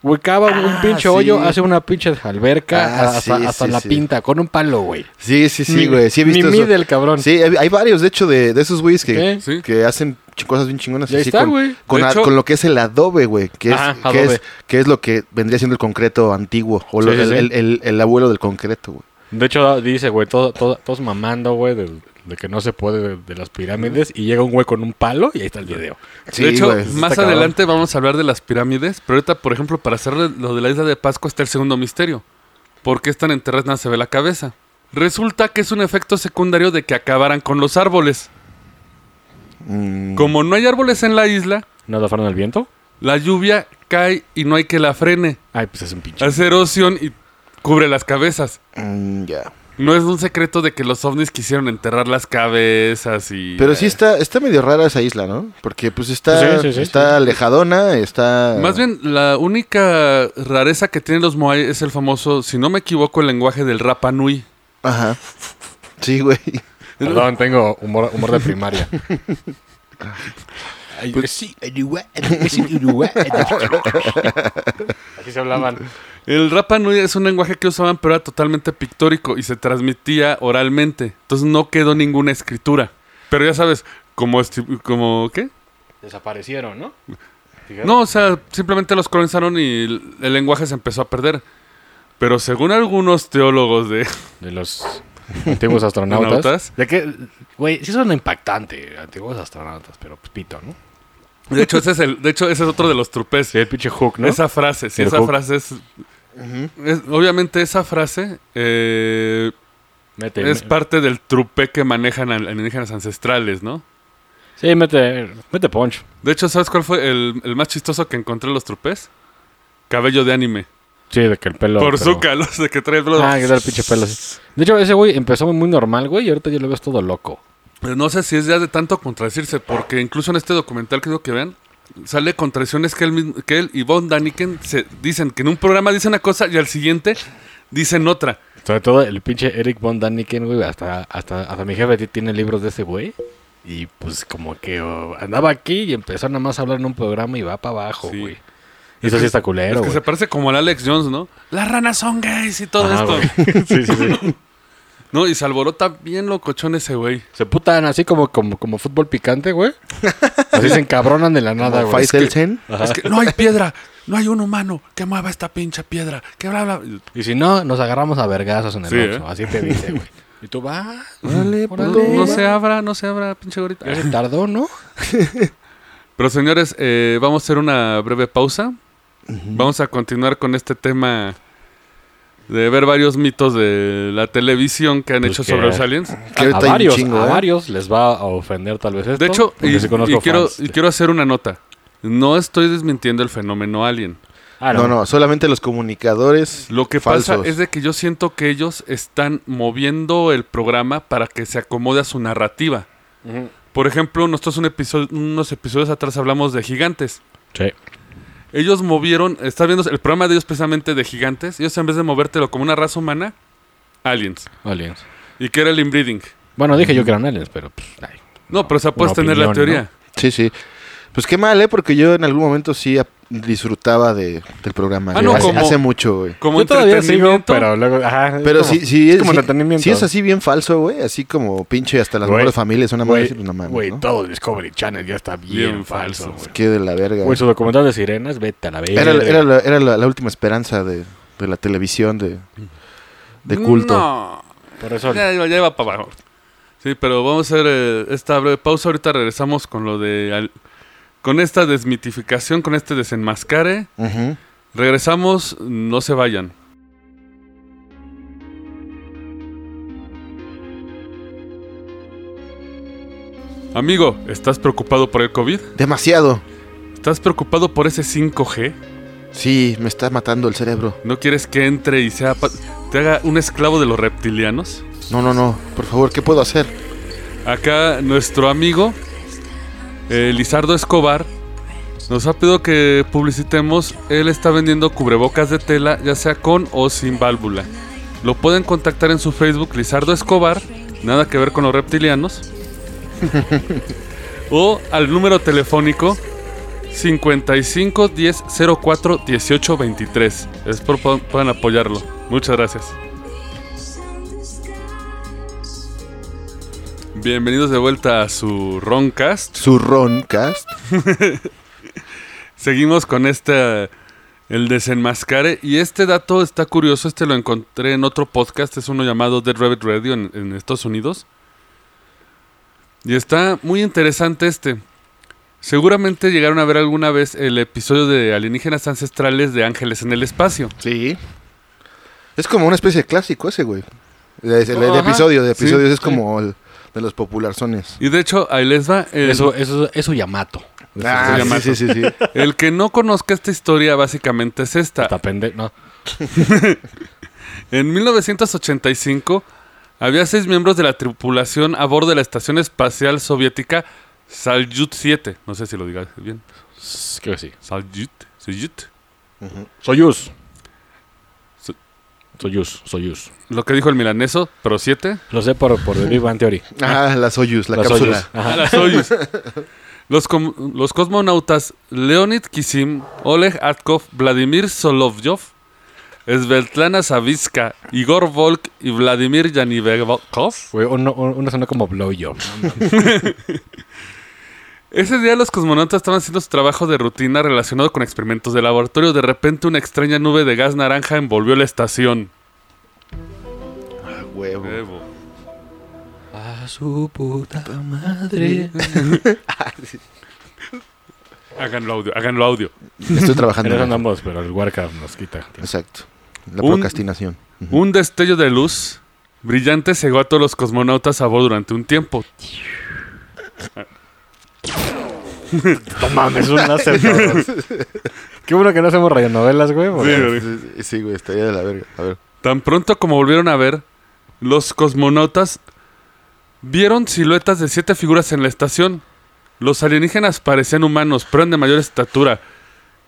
S4: güey, cava un
S3: Ah,
S4: pinche
S3: sí.
S4: hoyo, hace una pinche alberca,
S3: Ah,
S4: hasta,
S3: sí,
S4: hasta
S3: sí,
S4: la
S3: sí.
S4: pinta, con un palo, güey.
S3: Sí, sí,
S4: Ni-
S3: sí, güey. Sí, he visto
S4: Ni
S3: eso.
S4: mide el cabrón.
S3: Sí, hay, hay varios, de hecho, de, de esos güeyes que,
S4: Sí.
S2: Sí.
S3: que hacen ch- cosas bien chingonas.
S4: Y ahí
S3: así
S4: está,
S3: con-
S4: güey.
S3: Con,
S2: De
S3: a-
S2: hecho-
S3: con lo que es el adobe, güey. Que es,
S4: Ajá,
S3: que,
S4: adobe.
S3: es, que es lo que vendría siendo el concreto antiguo. O lo-
S4: Sí, sí,
S3: el,
S4: sí.
S3: el- el- el abuelo del concreto, güey.
S4: De hecho, dice, güey, todo, todo- todos mamando, güey, de, de que no se puede de, de las pirámides. Y llega un güey con un palo y ahí está el video.
S3: Sí,
S2: de hecho,
S3: güey, está
S2: más
S3: cabrón.
S2: adelante vamos a hablar de las pirámides. Pero ahorita, por ejemplo, para hacer lo de la isla de Pascua está el segundo misterio. ¿Por qué están enterradas? Nada se ve la cabeza. Resulta que es un efecto secundario de que acabaran con los árboles.
S3: Mm,
S2: Como no hay árboles en la isla,
S4: ¿No da freno al viento?
S2: la lluvia cae y no hay que la frene.
S4: Ay, pues es un
S3: Ah,
S4: pinche.
S2: hace erosión y cubre las cabezas.
S3: mm, ya.
S2: No es un secreto de que los ovnis quisieron enterrar las cabezas y... eh,
S3: Pero sí está, está medio rara esa isla, ¿no? Porque pues está,
S4: Sí, sí, sí,
S3: está alejadona, está...
S2: Más bien, la única rareza que tienen los Moai es el famoso, si no me equivoco, el lenguaje del Rapa Nui.
S3: Ajá. Sí, güey.
S4: Perdón, tengo humor, humor de primaria. Pues sí, Uruguay. Así se hablaban.
S2: El Rapa Nui es un lenguaje que usaban, pero era totalmente pictórico y se transmitía oralmente. Entonces no quedó ninguna escritura. Pero ya sabes, como, esti- como ¿qué?
S4: Desaparecieron, ¿no?
S2: No, o sea, simplemente los colonizaron y el el lenguaje se empezó a perder. Pero según algunos teólogos de
S4: De los antiguos astronautas.
S2: Astronautas.
S4: ya que, güey, sí son impactante, antiguos astronautas, pero pues pito, ¿no?
S2: de hecho ese es el de hecho ese es otro de los trupes.
S4: Sí, el pinche hook, ¿no?
S2: Esa frase, sí,
S4: El
S2: esa
S4: hook.
S2: frase es, es- obviamente esa frase eh,
S4: Mete,
S2: es
S4: me-
S2: parte del trupe que manejan al- alienígenas ancestrales, ¿no?
S4: sí, mete, mete punch.
S2: De hecho, ¿sabes cuál fue el, el más chistoso que encontré en los trupés? Cabello de anime.
S4: Sí, de que el pelo.
S2: Por
S4: pero-
S2: su calor, de que trae el pelo.
S4: Ah, que tal pinche pelo. así. De hecho, ese güey empezó muy normal, güey, y ahorita ya lo ves todo loco.
S2: Pero no sé si es ya de tanto contradecirse, porque incluso en este documental que digo que vean, sale contradicciones que él, mismo- que él y Von Daniken se dicen que en un programa dicen una cosa y al siguiente dicen otra.
S4: Sobre todo el pinche Eric Von Daniken, güey, hasta, hasta, hasta mi jefe ti- tiene libros de ese güey. Y pues como que oh, andaba aquí y empezó nada más a hablar en un programa y va para abajo,
S2: Sí.
S4: güey. Y eso sí está culero,
S2: es que
S4: güey.
S2: se parece como al Alex Jones, ¿no? Las ranas son gays y todo
S4: Ajá,
S2: esto.
S4: güey. sí, sí, sí.
S2: No, y se alborota bien locochón ese güey.
S4: Se putan así como, como, como fútbol picante, güey. Así se encabronan de la nada,
S3: Como
S4: güey. Es
S3: Faisel
S4: que-
S3: Zen.
S2: Es que no hay piedra, no hay un humano que mueva esta pinche piedra, que bla, bla.
S4: Y si no, nos agarramos a vergazos en el
S2: Sí,
S4: Oxxo,
S2: ¿eh?
S4: Así te dice, güey. Y tú vas.
S3: Órale,
S4: Órale. pues,
S3: puto.
S2: Pues No se abra, no se abra, pinche gorita.
S4: Tardó, ¿no?
S2: Eh, Pero señores, eh, vamos a hacer una breve pausa. Vamos a continuar con este tema de ver varios mitos de la televisión que han
S4: Pues
S2: hecho
S4: que-
S2: sobre los aliens.
S3: Que ahorita
S4: a
S3: hay un
S4: varios,
S3: chingo,
S4: a
S3: ¿eh?
S4: varios les va a ofender tal vez esto.
S2: De hecho,
S4: porque
S2: y,
S4: sí conozco
S2: y quiero,
S4: fans
S2: y
S4: de-
S2: quiero hacer una nota. No estoy desmintiendo el fenómeno alien.
S4: Ah,
S3: No, no, solamente los comunicadores.
S2: Lo que
S3: falsos.
S2: pasa es de que yo siento que ellos están moviendo el programa para que se acomode a su narrativa.
S4: Ujú.
S2: Por ejemplo, nosotros un episodio, unos episodios atrás hablamos de gigantes.
S4: Sí.
S2: Ellos movieron, está viendo el programa de ellos precisamente de gigantes. Ellos en vez de movértelo como una raza humana, aliens.
S4: Aliens.
S2: Y que era el inbreeding.
S4: Bueno, dije yo que eran aliens, pero pues, ay.
S2: No, pero o sea,
S4: Una
S2: puedes tener la
S4: opinión,
S2: teoría.
S3: Sí, sí. Pues qué mal, ¿eh? Porque yo en algún momento sí ap- disfrutaba de, del programa.
S2: Ah,
S3: güey.
S2: no,
S3: hace,
S2: como-
S3: hace mucho, güey.
S2: Como
S4: yo todavía sigo,
S2: entretenimiento,
S4: pero luego. Ajá, es
S3: Pero
S4: como-
S3: sí, sí,
S4: es como
S3: sí-
S4: entretenimiento.
S3: sí es así bien falso, güey. Así como pinche hasta las
S4: Güey,
S3: mejores familias, una madre
S4: Güey,
S3: así, pues, no mames,
S4: güey,
S3: ¿no?
S4: todo Discovery Channel ya está bien,
S2: Bien
S4: falso,
S2: falso.
S4: güey.
S3: Qué de la verga.
S4: Güey,
S3: güey.
S4: su documental de sirenas, vete a la verga.
S3: Era, la- era la, era la- la última esperanza de, de la televisión de, de culto.
S2: No,
S4: Por eso.
S2: ya, iba- ya iba para abajo. Sí, pero vamos a hacer eh, esta breve pausa. Ahorita regresamos con lo de... al- con esta desmitificación, con este desenmascare.
S3: Ujú.
S2: Regresamos, no se vayan. Amigo, ¿estás preocupado por el COVID?
S3: Demasiado.
S2: ¿Estás preocupado por ese 5G?
S3: Sí, me está matando el cerebro.
S2: ¿No quieres que entre y sea pa- te haga un esclavo de los reptilianos?
S3: No, no, no. Por favor, ¿qué puedo hacer?
S2: Acá nuestro amigo eh, Lizardo Escobar nos ha pedido que publicitemos. Él está vendiendo cubrebocas de tela, ya sea con o sin válvula. Lo pueden contactar en su Facebook Lizardo Escobar, nada que ver con los reptilianos. o al número telefónico 55 10 04 18 23. Es por puedan apoyarlo. Muchas gracias. Bienvenidos de vuelta a su Roncast.
S3: Su Roncast.
S2: Seguimos con este, el desenmascare. Y este dato está curioso, este lo encontré en otro podcast, es uno llamado Dead Rabbit Radio en, en Estados Unidos. Y está muy interesante este. Seguramente llegaron a ver alguna vez el episodio de Alienígenas Ancestrales de Ángeles en el Espacio.
S3: Sí. Es como una especie de clásico ese, güey. De, de- de
S2: Ajá.
S3: episodio, de
S2: Sí,
S3: episodios. es
S2: sí.
S3: como el de los popularzones.
S2: Y de hecho, ahí les va. El,
S4: Eso, eso, eso Yamato.
S3: Ah,
S2: se llama
S3: sí, sí, sí, sí.
S2: el que no conozca esta historia básicamente es esta.
S4: Está pendejo. No.
S2: En 1985 había seis miembros de la tripulación a bordo de la Estación Espacial Soviética Salyut 7. No sé si lo diga bien.
S4: Creo que sí.
S2: Salyut. Salyut.
S4: Soyuz.
S2: So-
S4: Soyuz, Soyuz.
S2: Lo que dijo el milaneso, pero 7.
S4: Lo sé por, por The Big Bang Theory.
S3: Ah, la Soyuz, la
S4: Las
S3: cápsula.
S4: Soyuz. Ajá.
S2: Las Soyuz. Los, com- los cosmonautas Leonid Kisim, Oleg Atkov, Vladimir Solovyov, Svetlana Savitska, Igor Volk y Vladimir Yanivekov.
S4: Güey, uno, uno sonó como blowjob.
S2: Ese día los cosmonautas estaban haciendo su trabajo de rutina relacionado con experimentos de laboratorio. De repente una extraña nube de gas naranja envolvió la estación.
S3: Ah, huevo.
S2: Eh,
S4: A su puta madre.
S2: Háganlo audio, háganlo audio.
S3: Estoy trabajando. en
S4: Pero eso
S3: eso.
S4: andamos, pero el Warcraft nos quita. tiempo.
S3: Exacto. La
S2: Un-
S3: procrastinación.
S2: Un destello de luz brillante cegó a todos los cosmonautas a bordo durante un tiempo.
S4: No mames, un láser. cabrón. Qué bueno que no hacemos radionovelas, güey. porque-
S3: Sí, sí, güey, estaría de la verga. A ver.
S2: Tan pronto como volvieron a ver, los cosmonautas vieron siluetas de siete figuras en la estación. Los alienígenas parecían humanos, pero eran de mayor estatura.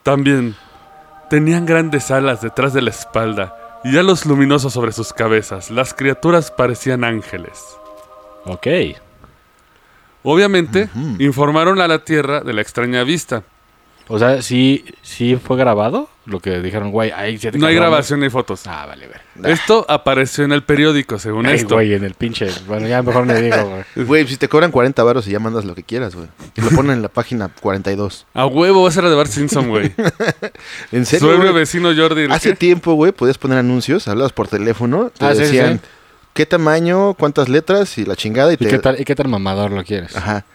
S2: También tenían grandes alas detrás de la espalda y halos luminosos sobre sus cabezas. Las criaturas parecían ángeles.
S4: Ok.
S2: Obviamente, informaron a la Tierra de la extraña vista.
S4: O sea, sí, sí fue grabado lo que dijeron, güey. Hay siete
S2: No
S3: ¿eh?
S2: hay
S4: cabrones.
S2: grabación ni fotos.
S4: Ah, vale, güey.
S2: Esto apareció en el periódico, según
S4: Ay,
S2: esto.
S4: güey, en el pinche. Bueno, ya mejor me digo, güey.
S3: Güey, si te cobran 40 varos y ya mandas lo que quieras, güey. Y lo ponen en la página 42.
S2: A huevo va a ser la de Bart Simpson, güey.
S3: En
S2: Su
S3: serio,
S2: ebrio
S3: güey? Ah,
S2: vecino Jordi. ¿el
S3: Hace
S2: qué?
S3: tiempo, güey, podías poner anuncios, hablabas por teléfono, te
S4: Ah, sí, sí,
S3: decían
S4: sí.
S3: qué tamaño, cuántas letras y la chingada y,
S4: ¿Y
S3: te...
S4: qué, tal, ¿Y qué tal mamador lo quieres?
S3: Ajá.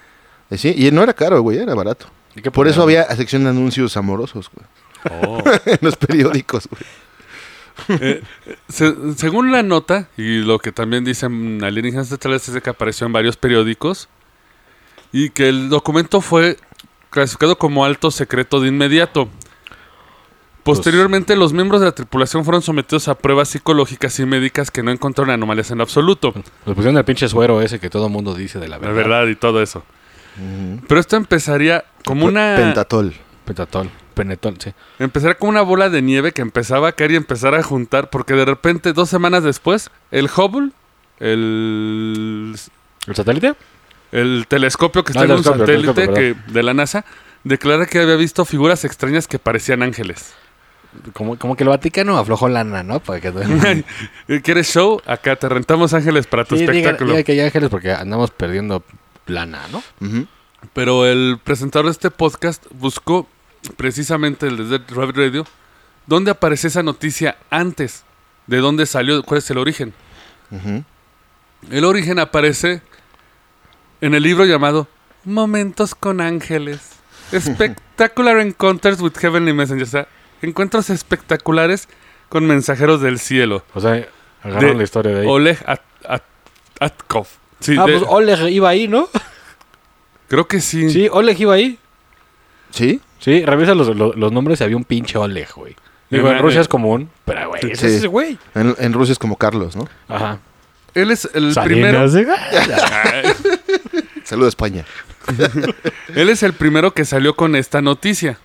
S3: Y sí, y no era caro, güey, era barato.
S4: ¿Y qué
S3: Por eso
S4: ponían?
S3: había sección de anuncios amorosos, güey.
S2: Oh.
S3: En los periódicos, güey.
S2: Se- según la nota, y lo que también dicen alienígenas tales es de que apareció en varios periódicos, y que el documento fue clasificado como alto secreto de inmediato. Posteriormente, los miembros de la tripulación fueron sometidos a pruebas psicológicas y médicas que no encontraron anomalías en lo absoluto.
S4: Nos pusieron el pinche suero ese que todo mundo dice de la
S2: La
S4: verdad.
S2: verdad y todo eso. Pero esto empezaría como una,
S3: Pentatol.
S4: Petatón. Penetón, sí.
S2: empezaría como una bola de nieve que empezaba a caer y empezar a juntar, porque de repente, dos semanas después, el Hubble, el
S4: ¿El satélite?
S2: El telescopio que
S4: No,
S2: está
S4: el
S2: en un
S4: telescopio, el
S2: satélite
S4: telescopio,
S2: que- de la NASA declara que había visto figuras extrañas que parecían ángeles.
S4: Como, como que el Vaticano aflojó lana, ¿no? Para que todo-
S2: ¿Quieres show? Acá te rentamos ángeles para tu
S4: Sí, digan,
S2: espectáculo.
S4: digan que hay ángeles porque andamos perdiendo lana, ¿no?
S3: Ujú.
S2: Pero el presentador de este podcast buscó precisamente el de Dead Rabbit Radio dónde aparece esa noticia antes, de dónde salió, cuál es el origen.
S3: Ujú.
S2: El origen aparece en el libro llamado Momentos con Ángeles. Spectacular Encounters with Heavenly Messengers. O sea, encuentros espectaculares con mensajeros del cielo.
S4: O sea, agarraron
S2: De-
S4: la historia de ahí.
S2: Oleg At- At- Atkov. Sí,
S4: ah,
S2: de-
S4: pues Oleg iba ahí, ¿no?
S2: creo que sí.
S4: Sí, Oleg iba ahí.
S3: ¿Sí?
S4: Sí, revisa los, los, los nombres y había un pinche Oleg, güey. Digo,
S2: Ajá,
S4: en Rusia
S2: eh.
S4: es común, pero güey, ese
S3: Sí.
S4: es ese güey.
S3: En, en Rusia es como Carlos, ¿no?
S4: Ajá.
S2: Él es el primero.
S4: Salinas de Gala.
S3: Saludo a España.
S2: Él es el primero que salió con esta noticia.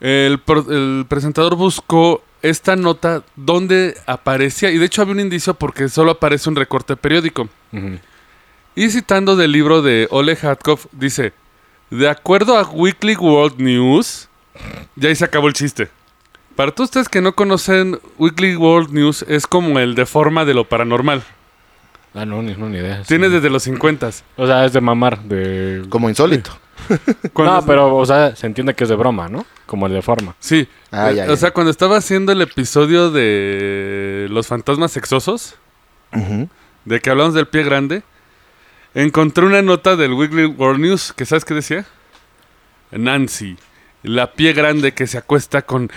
S2: El, pro- el presentador buscó esta nota donde aparecía, y de hecho había un indicio porque solo aparece un recorte periódico.
S4: Ujú.
S2: Y citando del libro de Oleg Hatkov, dice: De acuerdo a Weekly World News, ya ahí se acabó el chiste. Para todos ustedes que no conocen, Weekly World News es como el de forma de lo paranormal.
S4: Ah, no, ni, no, ni idea. sí.
S2: Tiene desde los 50.
S4: O sea, es de mamar, de...
S3: Como insólito.
S2: Cuando-
S4: No, pero, o sea, se entiende que es de broma, ¿no? Como el de forma.
S2: Sí.
S3: Ah,
S2: Eh,
S3: ya,
S2: O
S3: ya.
S2: sea, cuando estaba haciendo el episodio de Los fantasmas sexosos,
S3: Ujú.
S2: de que hablamos del pie grande, encontré una nota del Weekly World News que sabes qué decía. Nancy, la pie grande que se acuesta con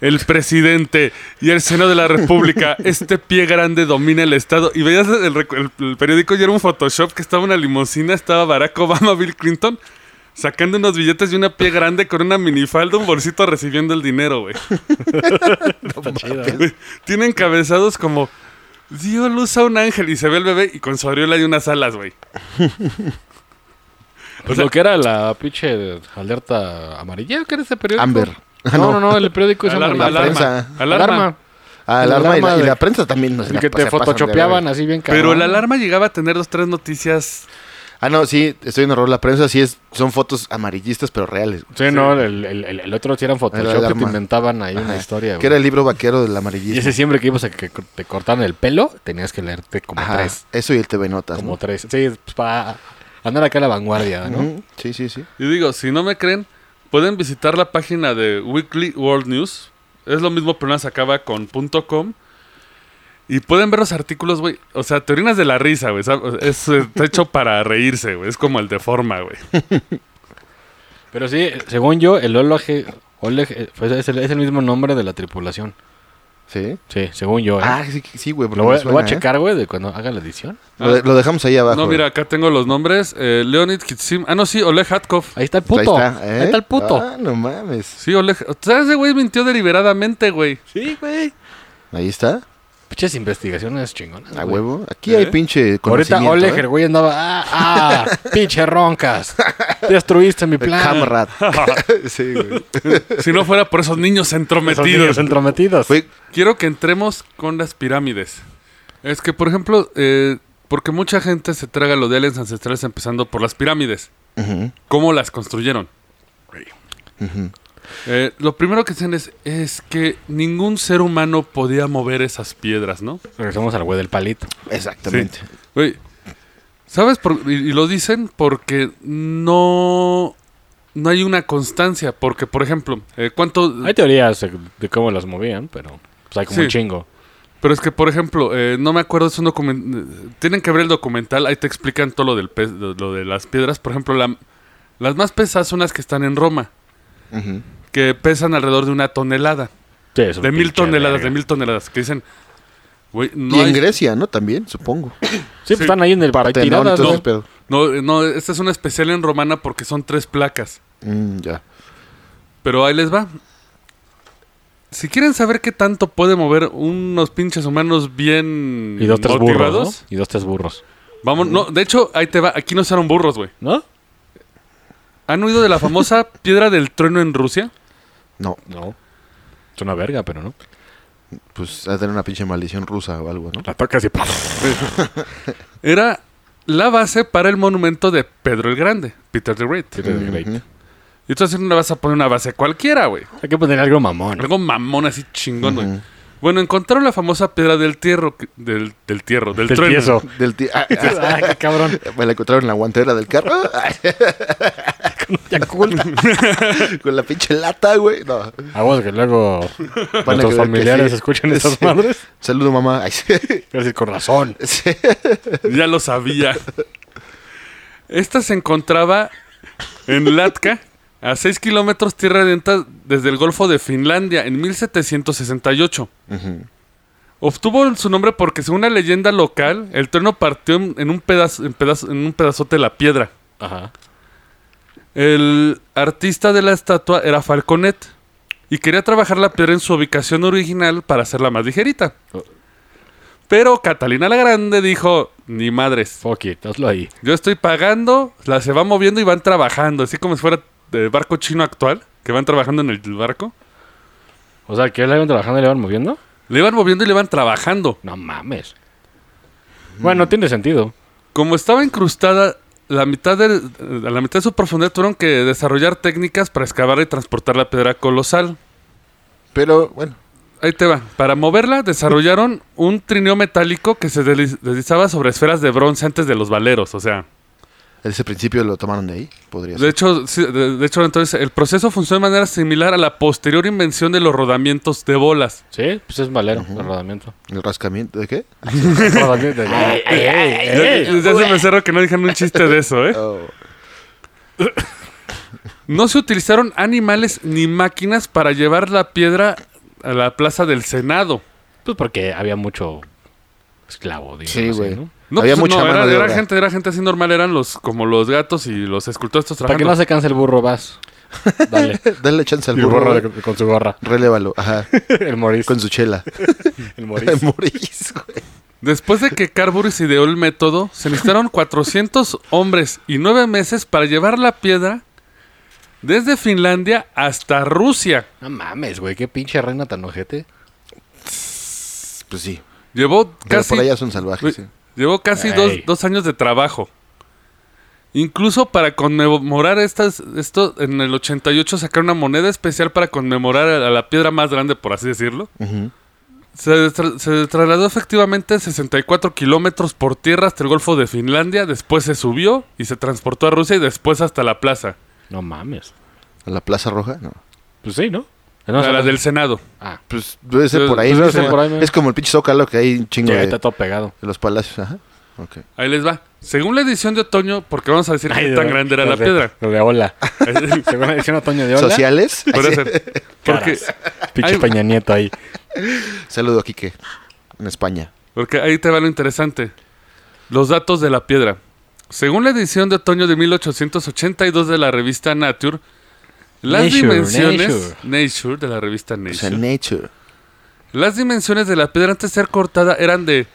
S2: el presidente y el seno de la República. Este pie grande domina el estado. Y veías el, rec- el- el periódico y era un Photoshop que estaba una limusina, estaba Barack Obama, Bill Clinton. Sacando unos billetes y una pie grande con una minifalda, un bolsito recibiendo el dinero, güey.
S4: Está chido. ¿eh?
S2: Tienen cabezados como dio luz a un ángel y se ve el bebé y con su aureola hay unas alas, güey.
S4: Pues lo que era la pinche alerta amarilla, ¿qué era ese periódico?
S3: Amber. Ah,
S4: No, no, no, el periódico es
S2: Alarma,
S3: la
S2: alarma,
S3: prensa.
S2: alarma.
S3: Ah,
S4: El
S3: el arma y
S4: arma
S3: la, y
S4: de-
S3: la prensa también. nos
S4: El
S3: la
S4: que
S3: pa-
S4: te
S3: se pasan de
S4: photoshopeaban
S3: verga.
S4: así bien
S2: Pero
S4: cabrón.
S2: la alarma llegaba a tener dos, tres noticias
S3: Ah, no, sí, estoy en error. La prensa sí es, son fotos amarillistas, pero reales. güey.
S4: Sí, no, el, el- el- el otro sí eran
S3: Era la
S4: Photoshop y te
S3: arma.
S4: inventaban ahí
S3: Ajá.
S4: una historia, güey.
S3: Que era el libro vaquero del
S4: Y
S3: amarillismo.
S4: ese siempre que ibas a que te cortaran el pelo, tenías que leerte como
S3: Ajá,
S4: tres.
S3: Eso y el TV Notas.
S4: Como
S3: ¿no?
S4: tres. Sí, pues para andar acá a la vanguardia, ¿no?
S3: Ujú, Sí, sí, sí.
S2: Y digo, si no me creen, pueden visitar la página de Weekly World News. Es lo mismo, pero no se acaba con punto .com. Y pueden ver los artículos, güey. O sea, te orinas de la risa, güey. ¿sabes? Es, eh, está hecho para reírse, güey. Es como el de forma, güey.
S4: Pero sí, según yo, el Oleg, Oleg eh, pues, es, el, es el mismo nombre de la tripulación.
S3: Sí.
S4: Sí, según yo. ¿eh?
S3: Ah, sí, sí, güey. porque
S4: lo, voy,
S3: me
S4: lo voy a
S3: suena, ¿eh?
S4: checar, güey, de cuando haga la edición.
S3: Lo, de- lo dejamos ahí abajo.
S2: No, mira,
S3: güey.
S2: acá tengo los nombres. Eh, Leonid Kitsim. Ah, no, sí, Oleg Hatkov.
S4: Ahí está el puto.
S3: Ahí
S4: Ahí
S3: está,
S4: está,
S3: ¿eh?
S4: el puto.
S3: Ah, no mames.
S2: Sí, Oleg. O sea, ese güey mintió deliberadamente, güey.
S4: Sí, güey.
S3: Ahí está.
S4: Pinches investigaciones chingonas.
S3: A
S4: güey.
S3: huevo. Aquí
S2: ¿Eh?
S3: hay pinche
S4: Ahorita
S3: conocimiento.
S4: Oleg,
S3: ¿eh?
S4: el güey andaba. ¡Ah! ¡Ah! ¡Pinche roncas! Destruiste mi
S3: El
S4: plan.
S3: Hamrat. sí, güey.
S2: Si no fuera por esos niños
S4: Esos niños
S2: entrometidos.
S4: entrometidos.
S3: Güey,
S2: Quiero que entremos con las pirámides. Es que, por ejemplo, eh, porque mucha gente se traga lo de aliens ancestrales empezando por las pirámides.
S3: ujú,
S2: ¿Cómo las construyeron?
S3: ujú.
S2: Eh, lo primero que dicen es, es que ningún ser humano podía mover esas piedras, ¿no?
S4: Regresamos al güey del palito.
S3: Exactamente.
S2: Güey, ¿sabes? por- y, y lo dicen porque no, no hay una constancia. Porque, por ejemplo, eh, ¿cuánto...?
S4: Hay teorías de- de cómo las movían, pero pues hay como
S2: Sí.
S4: un chingo.
S2: Pero es que, por ejemplo, eh, no me acuerdo, es un documental. Tienen que ver el documental, ahí te explican todo lo, del pez, lo, lo de las piedras. Por ejemplo, la- las más pesadas son las que están en Roma,
S3: Ujú.
S2: que pesan alrededor de una tonelada.
S4: Sí, es un
S2: De mil
S4: pinche
S2: toneladas,
S4: verga.
S2: de mil toneladas. Que dicen, güey,
S3: y
S2: no,
S3: en
S2: hay-
S3: Grecia, ¿no? También, supongo.
S4: Sí, pues
S2: Sí.
S4: están ahí en el parque
S3: Partenón,
S4: tiradas,
S3: todo ese
S4: ¿no?
S3: pedo.
S2: no, eh, no, esta es una especial en romana porque son tres placas.
S3: Mm, ya.
S2: Pero ahí les va. Si quieren saber qué tanto puede mover unos pinches humanos bien
S4: Y dos, tres burros,
S2: motivados,
S4: ¿no? Y dos, tres burros.
S2: vamos, no, de hecho, ahí te va, aquí no usaron burros, güey.
S4: ¿No?
S2: ¿Han oído de la famosa piedra del trueno en Rusia?
S3: No,
S4: No. Es una verga, pero no.
S3: pues va a tener una pinche maldición rusa o algo, ¿no?
S4: La tocas y
S2: Era la base para el monumento de Pedro el Grande, Peter the Great.
S4: Sí, te
S3: Ujú.
S4: great.
S2: Y entonces no le vas a poner una base cualquiera, güey.
S4: Hay que poner algo mamón.
S2: Algo mamón así chingón, güey.
S3: Ujú.
S2: Bueno, encontraron la famosa piedra del tierro, que- del, del tierro, del,
S4: Del
S2: trueno.
S4: tieso.
S3: Del ti- ah, ah,
S4: Ah, qué cabrón.
S3: me la encontraron en la guantera del carro. Ah,
S4: Ya culta.
S3: con la pinche lata, güey. No.
S4: A vos que luego
S3: creer
S4: nuestros
S3: que
S4: familiares
S3: sí.
S4: escuchan esas
S3: Sí.
S4: madres.
S3: Saludo, mamá. Ay, sí.
S4: Quiero decir, con razón.
S3: Sí.
S2: Ya lo sabía. Esta se encontraba en Latka, a 6 kilómetros tierra adentro desde el Golfo de Finlandia, en 1768.
S3: Ujú.
S2: Obtuvo su nombre porque, según la leyenda local, el trueno partió en, en un, pedazo, en, pedazo- en un pedazote la piedra.
S4: Ajá.
S2: El artista de la estatua era Falconet y quería trabajar la piedra en su ubicación original para hacerla más ligerita. Pero Catalina la Grande dijo, ni madres,
S4: Fuck it, hazlo ahí.
S2: yo estoy pagando, la se va moviendo y van trabajando, así como si fuera de barco chino actual, que van trabajando en el barco.
S4: O sea, que le iban trabajando y le iban moviendo.
S2: Le iban moviendo y le iban trabajando.
S4: No mames. Bueno, tiene sentido.
S2: Como estaba incrustada la mitad de, a la mitad de su profundidad, tuvieron que desarrollar técnicas para excavar y transportar la piedra colosal.
S3: Pero, bueno.
S2: Ahí te va. Para moverla, desarrollaron un trineo metálico que se desliz- deslizaba sobre esferas de bronce antes de los valeros. O sea,
S3: Ese principio lo tomaron de ahí, podría
S2: de
S3: ser.
S2: hecho, sí, de, de hecho, entonces, el proceso funcionó de manera similar a la posterior invención de los rodamientos de bolas.
S4: Sí, pues es valero, el rodamiento.
S3: ¿El rascamiento de qué?
S4: Rodamiento.
S2: Ya, ya se me cerró que no dijeron un chiste de eso, ¿eh?
S3: Oh.
S2: No se utilizaron animales ni máquinas para llevar la piedra a la plaza del Senado.
S4: Pues porque había mucho esclavo, digamos.
S3: Sí,
S4: así,
S3: güey.
S4: ¿no?
S2: No,
S3: Había
S2: pues,
S3: mucha
S2: no,
S3: mano
S2: era,
S3: de
S2: era
S3: obra.
S2: gente, era gente así normal, eran los como los gatos y los escultores estos
S4: Para que no
S2: trabajando.
S4: se canse el burro, vas. Dale.
S3: Dale chance al
S4: el
S3: burro.
S4: burro
S3: güey.
S4: de- con su gorra.
S3: Relévalo. Ajá.
S4: El Moris.
S3: Con su chela.
S4: El
S3: El
S4: Moris.
S3: Moris, güey.
S2: Después de que Carburis ideó el método, se necesitaron 400 hombres y 9 meses para llevar la piedra desde Finlandia hasta Rusia.
S4: No mames, güey. Qué pinche reina tan ojete.
S3: Pues sí.
S2: Llevó
S3: Pero
S2: casi,
S3: por allá son salvajes.
S2: Uy,
S3: sí.
S2: llevó casi
S4: Ey.
S2: dos, dos años de trabajo. Incluso para conmemorar estas, esto, en el 88 sacaron una moneda especial para conmemorar a la piedra más grande, por así decirlo.
S3: Ujú.
S2: Se, tra- se trasladó efectivamente 64 kilómetros por tierra hasta el Golfo de Finlandia, después se subió y se transportó a Rusia y después hasta la plaza,
S4: No mames.
S3: ¿A la Plaza Roja? No.
S4: Pues sí, ¿no?
S2: a la del Senado.
S4: Ah,
S3: Pues debe ser
S2: Pues,
S3: por ahí.
S4: pues debe
S3: es
S4: ser
S3: como-
S4: por ahí, ¿no?
S3: Es como el pinche Zócalo que hay un chingo
S4: ya
S3: de,
S4: está todo pegado.
S3: de los palacios. Ajá. Ok.
S2: Ahí les va. Según la edición de otoño, porque vamos a decir que tan grande era la
S4: Lo de-
S2: piedra.
S4: Lo de hola. Según la edición otoño de hola.
S3: ¿Sociales? Ay,
S2: Puede
S3: sí.
S2: ser. Porque,
S4: Pinche
S2: Ay.
S4: Peña Nieto ahí.
S3: Saludo a Quique, en España.
S2: porque ahí te va lo interesante. Los datos de la piedra. Según la edición de otoño de 1882 de la revista Nature, las
S4: Nature,
S2: dimensiones Nature, de la revista
S3: O
S2: Nature.
S3: sea, Nature.
S2: Las dimensiones de la piedra antes de ser cortada eran de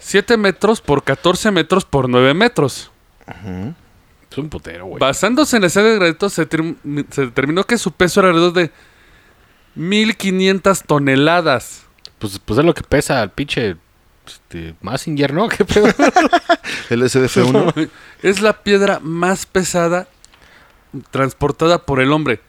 S2: 7 metros por 14 metros por 9 metros.
S4: Es un putero, güey.
S2: Basándose en la serie de granito, se, term- se determinó que su peso era alrededor de 1500 toneladas.
S4: Pues, pues es lo que pesa al pinche este, Massinger, ¿no? ¿Qué pedo?
S3: El SDF1.
S2: Es la piedra más pesada transportada por el hombre.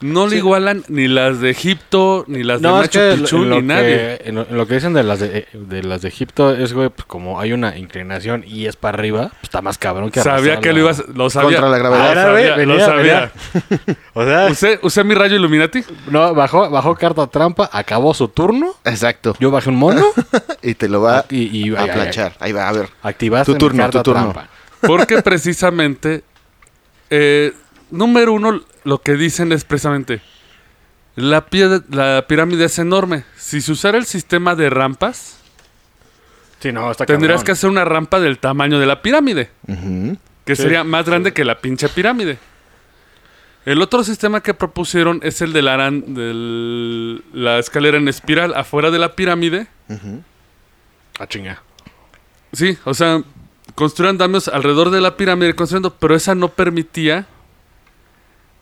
S2: No le igualan ni las de Egipto, ni las de Machu
S4: en
S2: Picchu, ni
S4: lo que-
S2: nadie.
S4: en lo, en lo que dicen de las de, de las de Egipto es, güey, pues como hay una inclinación y es para arriba, pues está más cabrón que
S2: Sabía
S4: arrastrar
S2: que
S4: la-
S2: lo ibas, lo sabía.
S3: Contra la gravedad.
S2: Lo
S4: Ahora, güey,
S2: sabía, lo
S4: venía,
S2: sabía.
S4: O sea,
S2: ¿Usé, usé mi rayo Illuminati?
S4: no, bajó, bajó carta trampa, acabó su turno,
S3: Exacto.
S4: yo bajé un mono
S3: Y te lo va
S4: y, y-
S3: a
S4: ay, ay,
S3: planchar. Ahí va, a ver.
S4: ay, activaste
S3: Ah, Tu
S4: mi
S3: turno,
S4: carta
S3: tu turno.
S4: trampa.
S2: Porque precisamente, eh, número uno, lo que dicen es precisamente, la, pied- la pirámide es enorme. Si se usara el sistema de rampas,
S4: Sí, no, está
S2: tendrías que
S4: cabrón.
S2: hacer una rampa del tamaño de la pirámide,
S3: Ujú.
S2: que sería más grande que la pinche pirámide. El otro sistema que propusieron es el de la, aran- del- la escalera en espiral afuera de la pirámide.
S4: Ah, chinga.
S2: Sí, o sea, construían andamios alrededor de la pirámide construyendo, pero esa no permitía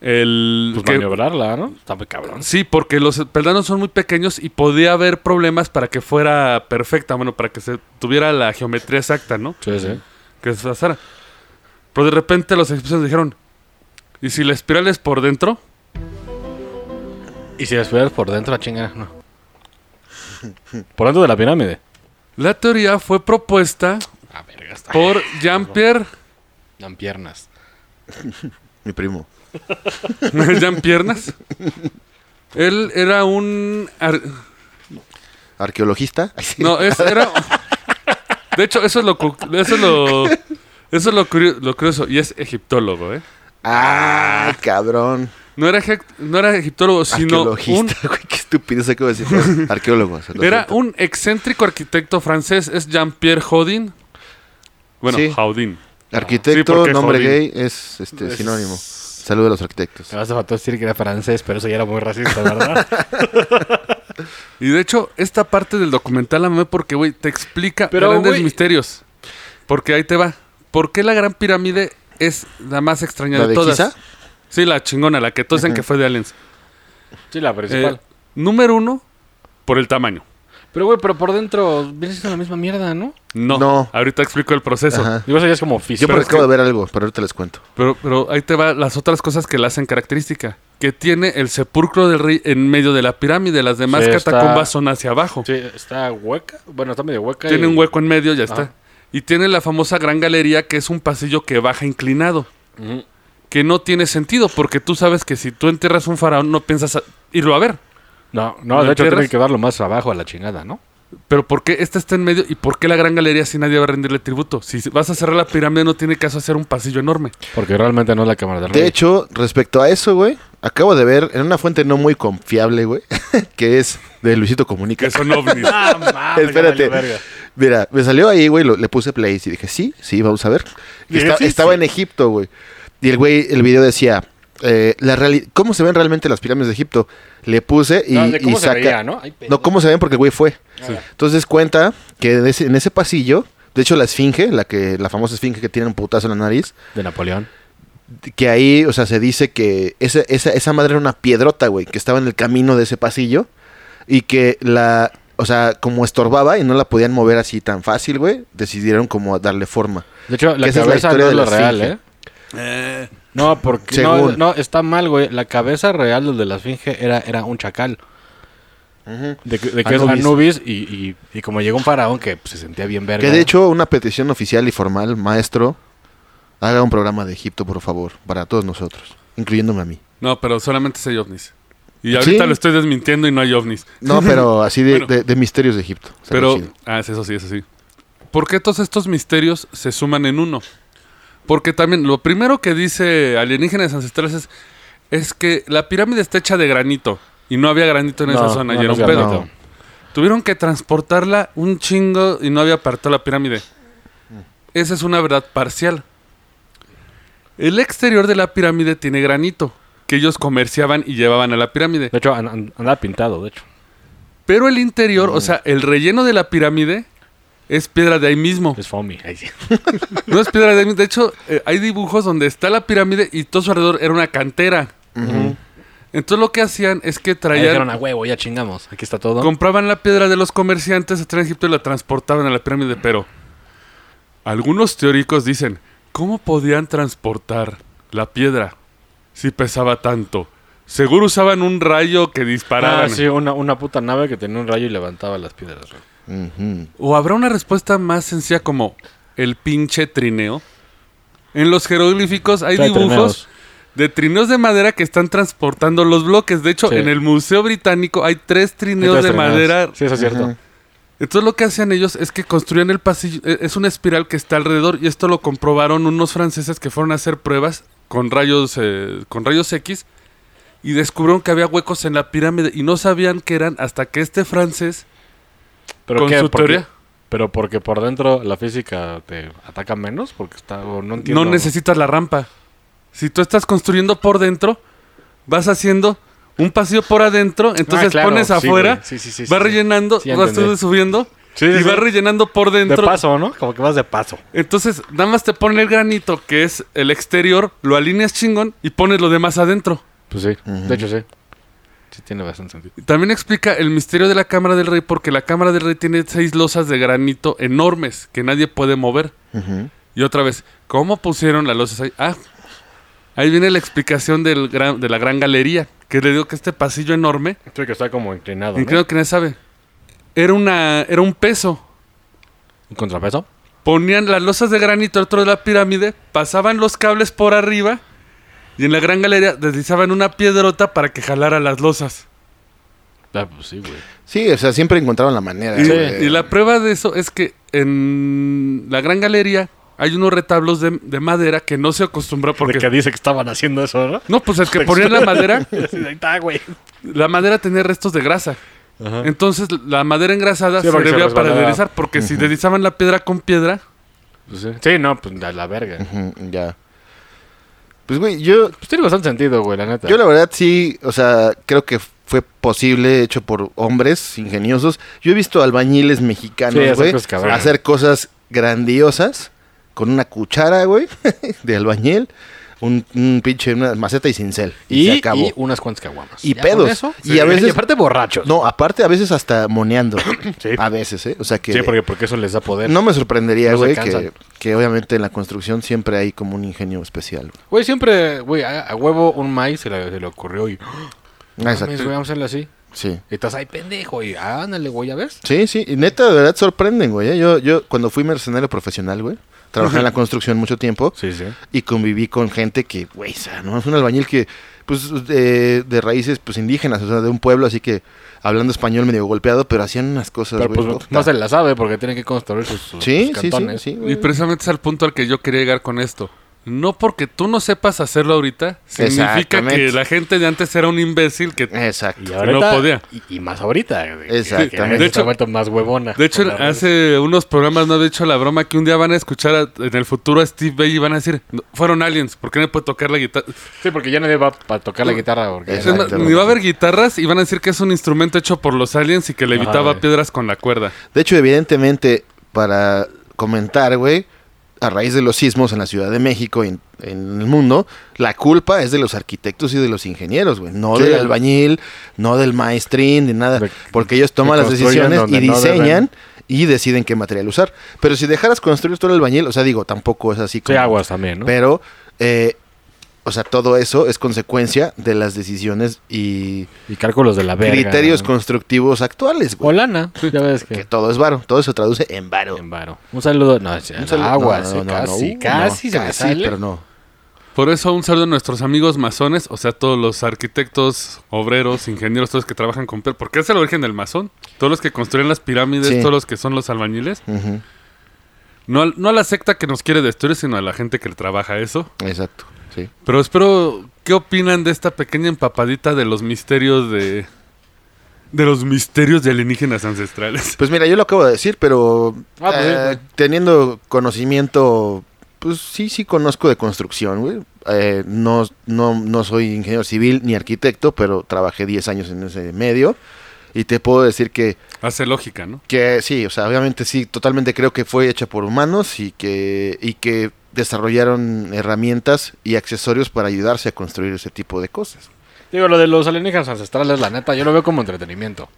S2: el
S4: Pues
S2: que-
S4: maniobrarla, ¿no? Está muy cabrón.
S2: Sí, porque los peldaños son muy pequeños y podía haber problemas para que fuera perfecta, bueno, para que se tuviera la geometría exacta, ¿no?
S4: Sí, sí.
S2: Que se pasara. Pero de repente los egipcios dijeron, ¿y si la espiral es por dentro?
S4: Y si después por dentro, ah, chinga, no. Por dentro de la pirámide.
S2: La teoría fue propuesta
S4: Ah, verga, está.
S2: por Jean-Pierre
S4: Dan piernas.
S3: Mi primo.
S2: Jean Piernas. Él era un ar-
S3: ¿Arqueologista? Ay, sí.
S2: No, es, era. De hecho, eso es lo cu- eso es lo eso es lo, curio- lo curioso y es egiptólogo, ¿eh?
S3: Ah, cabrón.
S2: No era ejec- no era
S3: Ah,
S2: egiptólogo, sino un
S3: Arqueologista, güey. Qué estupidez acabo de decir. Arqueólogo. se lo
S2: era
S3: siento.
S2: un excéntrico arquitecto francés, es Jean-Pierre Houdin. Bueno,
S3: Sí.
S2: Houdin. Sí,
S3: Arquitecto,
S2: porque
S3: nombre
S2: jodí. Ah,
S3: gay, es este sinónimo. Saludos a los arquitectos.
S4: Me vas a faltó decir que era francés, pero eso ya era muy racista, ¿verdad?
S2: Y de hecho, esta parte del documental amé porque güey te explica
S4: Pero,
S2: grandes
S4: güey-
S2: misterios. Porque ahí te va. ¿Por qué la Gran Pirámide es la más extraña
S3: ¿La
S2: de,
S3: de
S2: todas?
S3: Giza?
S2: Sí, la chingona, la que todos dicen que fue de aliens.
S4: sí, la
S2: Eh, número uno, por el tamaño.
S4: pero, güey, pero por dentro viene siendo la misma mierda, ¿no?
S2: No,
S3: No.
S2: ahorita explico el proceso.
S3: Ajá.
S4: Digo, eso ya es como
S3: Yo
S4: físico.
S3: por
S2: pero
S3: acabo
S2: es que-
S3: de ver algo, pero ahorita les cuento.
S2: Pero, pero ahí te va las otras cosas que la hacen característica. Que tiene el sepulcro del rey en medio de la pirámide. Las demás
S4: Sí, está-
S2: catacumbas son hacia abajo.
S4: Sí, está hueca. Bueno, está medio hueca.
S2: Tiene
S4: y-
S2: un hueco en medio, ya
S4: Ah.
S2: está. Y tiene la famosa gran galería que es un pasillo que baja inclinado.
S4: Ujú.
S2: Que no tiene sentido porque tú sabes que si tú entierras un faraón no piensas a- irlo a ver.
S4: No, no, de
S2: ¿No
S4: hecho
S2: entierras?
S4: tiene que darlo más abajo a la chingada, ¿no?
S2: Pero ¿por qué esta está en medio y por qué la gran galería si nadie va a rendirle tributo? Si vas a cerrar la pirámide no tiene caso hacer un pasillo enorme.
S4: Porque realmente no es la cámara de
S3: De hecho, respecto a eso, güey, acabo de ver en una fuente no muy confiable, güey, que es de Luisito Comunica.
S2: Que son ovnis.
S3: Espérate. Mira, me salió ahí, güey, lo- le puse play y dije, sí, sí, vamos a ver. Y
S4: Dije,
S3: esta-
S4: sí,
S3: estaba
S4: sí.
S3: en Egipto, güey. Y el güey, el video decía, eh, la reali- ¿cómo se ven realmente las pirámides de Egipto? Le puse y,
S4: No, de cómo
S3: y
S4: se
S3: saca.
S4: veía, ¿no? Ay, pedo.
S3: No, ¿cómo se ven? Porque el güey fue. Entonces cuenta que en ese, en ese pasillo, de hecho la esfinge, la que, la famosa esfinge que tiene un putazo en la nariz,
S4: De Napoleón.
S3: que ahí, o sea, se dice que esa, esa, esa madre era una piedrota, güey, que estaba en el camino de ese pasillo y que la, o sea, como estorbaba y no la podían mover así tan fácil, güey, decidieron como darle forma.
S4: De hecho, la
S3: Que esa es la
S4: cabeza
S3: historia
S4: no
S3: de
S4: es lo
S3: la
S4: real,
S3: esfinge.
S4: ¿eh?
S2: Eh,
S4: No, porque no,
S3: Según.
S4: no, está mal, güey. La cabeza real del de la esfinge era, era un chacal. De, que- de que
S3: Anubis.
S4: es Anubis y, y- y como llegó un faraón que pues, se sentía bien verga.
S3: Que de hecho, una petición oficial y formal, maestro, haga un programa de Egipto, por favor, para todos nosotros, incluyéndome a mí.
S2: no, pero solamente sé ovnis. Y ahorita
S3: Sí.
S2: lo estoy desmintiendo y no hay ovnis.
S3: No, pero así de,
S2: Bueno.
S3: de- de misterios de Egipto. Está
S2: Pero,
S3: chido.
S2: ah, es- eso sí, eso sí. ¿Por qué todos estos misterios se suman en uno? Porque también lo primero que dice Alienígenas Ancestrales es, es que la pirámide está hecha de granito y no había granito en esa
S4: No,
S2: zona
S4: no,
S2: y era
S4: no
S2: un
S4: es
S2: pedo.
S4: granito.
S2: Tuvieron que transportarla un chingo y no había apartado la pirámide.
S4: Mm.
S2: Esa es una verdad parcial. El exterior de la pirámide tiene granito que ellos comerciaban y llevaban a la pirámide.
S4: De hecho, an- an- andaba pintado, de hecho.
S2: Pero el interior, o sea, el relleno de la pirámide es piedra de ahí mismo.
S4: Es foamy. Ahí sí.
S2: No es piedra de De hecho, eh, hay dibujos donde está la pirámide y todo su alrededor era una cantera. Entonces lo que hacían es que
S4: Ahí dijeron
S2: traían,
S4: a huevo, ya chingamos. Aquí está todo.
S2: compraban la piedra de los comerciantes, se traían a Egipto y la transportaban a la pirámide. Pero algunos teóricos dicen, ¿cómo podían transportar la piedra si pesaba tanto? Seguro usaban un rayo que disparaban.
S4: Ah, sí, una, una puta nave que tenía un rayo y levantaba las piedras. güey.
S3: Ujú.
S2: ¿O habrá una respuesta más sencilla como el pinche trineo? En los jeroglíficos hay
S4: Trae
S2: dibujos
S4: trineos.
S2: de trineos de madera que están transportando los bloques. De hecho,
S4: Sí.
S2: en el Museo Británico hay tres trineos
S4: Entonces,
S2: de
S4: trineos.
S2: madera.
S4: Sí, eso es cierto.
S2: Entonces lo que hacían ellos es que construían el pasillo. e- Es una espiral que está alrededor y esto lo comprobaron unos franceses que fueron a hacer pruebas con rayos, eh, con rayos X y descubrieron que había huecos en la pirámide y no sabían qué eran hasta que este francés
S4: ¿Pero
S2: con
S4: qué?
S2: su
S4: Porque-
S2: teoría.
S4: Pero porque por dentro la física te ataca menos, porque está. o No entiendo.
S2: no necesitas la rampa. Si tú estás construyendo por dentro, vas haciendo un pasillo por adentro, entonces
S4: Ah, claro,
S2: pones
S4: sí,
S2: afuera,
S4: güey. Sí, sí, sí,
S2: vas
S4: sí, sí.
S2: rellenando,
S4: Sí,
S2: vas
S4: entendí.
S2: tú subiendo
S4: Sí,
S2: y
S4: sí,
S2: vas
S4: sí.
S2: rellenando por
S4: De
S2: dentro.
S4: paso, ¿no? Como que vas de paso.
S2: Entonces, nada más te pone el granito, que es el exterior, lo alineas chingón y pones lo demás adentro.
S4: Pues sí, de hecho sí. Sí tiene bastante sentido.
S2: También explica el misterio de la Cámara del Rey, porque la Cámara del Rey tiene seis losas de granito enormes que nadie puede mover.
S3: Ujú.
S2: Y otra vez, ¿cómo pusieron las losas ahí? Ah, ahí viene la explicación del gran- de la gran galería, que le digo que este pasillo enorme,
S4: Creo que está como inclinado,
S2: y
S4: ¿no?
S2: creo que nadie sabe, era, una, era un peso.
S4: ¿Un contrapeso?
S2: Ponían las losas de granito dentro de la pirámide, pasaban los cables por arriba y en la gran galería deslizaban una piedrota para que jalara las losas.
S4: Ah, pues sí, güey.
S3: Sí, o sea, siempre encontraron la manera.
S2: Y,
S3: güey.
S2: y la prueba de eso es que en la gran galería hay unos retablos de, de madera que no se acostumbra
S4: Porque
S2: porque...
S4: dice que estaban haciendo eso, ¿no?
S2: No, pues el que ponían la madera
S4: Sí, ahí está, güey.
S2: la madera tenía restos de grasa. Entonces la madera engrasada
S4: Sí,
S2: se
S4: porque se
S2: servía para
S4: resbalaba.
S2: deslizar, porque si deslizaban la piedra con piedra,
S4: Pues sí. Sí, no, pues a la verga.
S3: Ujú, ya. Pues, güey, yo,
S4: Pues tiene bastante sentido, güey, la neta.
S3: yo la verdad sí, o sea, creo que fue posible, hecho por hombres ingeniosos. Yo he visto albañiles mexicanos,
S4: Sí, hacer
S3: güey,
S4: cosas cabronas.
S3: hacer cosas grandiosas con una cuchara, güey, de albañil, un, un pinche, una maceta y cincel. Y,
S4: y,
S3: se acabó.
S4: y unas cuantas caguamas.
S3: Y
S4: Ya con
S3: pedos.
S4: eso,
S3: Y a veces-
S4: Y aparte borrachos.
S3: No, aparte a veces hasta moneando.
S4: Sí.
S3: A veces, ¿eh? O sea que...
S4: Sí, porque, porque eso les da poder.
S3: No me sorprendería,
S4: No se
S3: güey, que,
S4: cansan.
S3: que obviamente en la construcción siempre hay como un ingenio especial. güey.
S4: Güey, siempre, güey, a, a huevo un maíz se le, se le ocurrió y...
S3: Ah,
S4: Mames,
S3: exacto.
S4: güey, vamos a hacerlo así.
S3: Sí.
S4: Y estás ahí, pendejo, y ah, ándale, güey, ¿ya ves?
S3: Sí, sí, y neta, de verdad sorprenden, güey. ¿eh? Yo, yo cuando fui mercenario profesional, güey, trabajé en la construcción mucho tiempo
S4: Sí, sí.
S3: y conviví con gente que, güey, o sea, no es un albañil que, pues, de, de raíces, pues, indígenas, o sea, de un pueblo, así que hablando español medio golpeado, pero hacían unas cosas,
S4: Pero
S3: güey.
S4: pues
S3: puta.
S4: no se la sabe porque tiene que construir sus, sus-
S3: sí,
S4: sus
S3: sí, sí,
S4: cantones.
S3: sí,
S2: y
S3: güey.
S2: precisamente es al punto al que yo quería llegar con esto. No porque tú no sepas hacerlo ahorita, significa
S3: Exactamente.
S2: que la gente de antes era un imbécil que...
S3: Exacto.
S4: Y
S2: ahora-
S4: ahorita,
S2: No podía.
S4: Y, y más ahorita, güey.
S3: Exactamente.
S4: Que la gente
S2: De
S4: se
S2: hecho-
S4: ha vuelto más huevona.
S2: De hecho,
S4: Con la-
S2: hace unos programas no he hecho la broma que un día van a escuchar a- en el futuro a Steve Bay y van a decir, "No, fueron aliens, ¿por qué no puede tocar la guitarra?
S4: Sí, porque ya nadie va a tocar la guitarra. Porque
S2: Es más,
S3: Exacto.
S2: Ni va a haber guitarras y van a decir que es un instrumento hecho por los aliens y que levitaba
S4: güey.
S2: piedras con la cuerda.
S3: De hecho, evidentemente, para comentar, güey, a raíz de los sismos en la Ciudad de México y en, en el mundo, la culpa es de los arquitectos y de los ingenieros, güey. No
S4: Sí.
S3: del albañil, no del maestrín, ni nada.
S4: De-
S3: porque ellos toman
S4: que
S3: las
S4: construyen
S3: decisiones y
S4: donde no
S3: diseñan
S4: deben.
S3: y deciden qué material usar. Pero si dejaras construir todo el albañil, o sea, digo, tampoco es así
S4: Sí,
S3: como...
S4: aguas también, ¿no?
S3: Pero eh, o sea, todo eso es consecuencia de las decisiones y
S4: Y cálculos de la verga.
S3: criterios
S4: ¿no?
S3: constructivos actuales, güey.
S4: O lana, ya ves
S3: Que
S4: que...
S3: todo es varo, todo se traduce en varo.
S4: En varo. Un saludo. No, es-
S3: Un saludo-
S4: agua.
S3: no,
S4: sí,
S3: no, no,
S4: casi,
S3: no, uh,
S4: casi
S3: no,
S4: se me
S3: casi,
S4: sale.
S3: pero no.
S2: Por eso un saludo a nuestros amigos masones, o sea, todos los arquitectos, obreros, ingenieros, todos los que trabajan con piedra, porque es el origen del masón. Todos los que construyen las pirámides,
S3: Sí.
S2: todos los que son los albañiles.
S3: Ujú,
S2: No, al- no a la secta que nos quiere destruir, sino a la gente que le trabaja eso.
S3: Exacto, sí.
S2: Pero espero, ¿qué opinan de esta pequeña empapadita de los misterios de... De los misterios de alienígenas ancestrales.
S3: Pues mira, yo lo acabo de decir, pero
S4: Ah, pues
S3: eh,
S4: sí, güey.
S3: teniendo conocimiento, pues sí, sí conozco de construcción, güey. Eh, no, no, no soy ingeniero civil ni arquitecto, pero trabajé 10 años en ese medio. Y te puedo decir que,
S2: Hace lógica, ¿no?
S3: que sí, o sea, obviamente sí, totalmente creo que fue hecha por humanos y que, y que desarrollaron herramientas y accesorios para ayudarse a construir ese tipo de cosas.
S4: Digo, lo de los alienígenas ancestrales, la neta, yo lo veo como entretenimiento.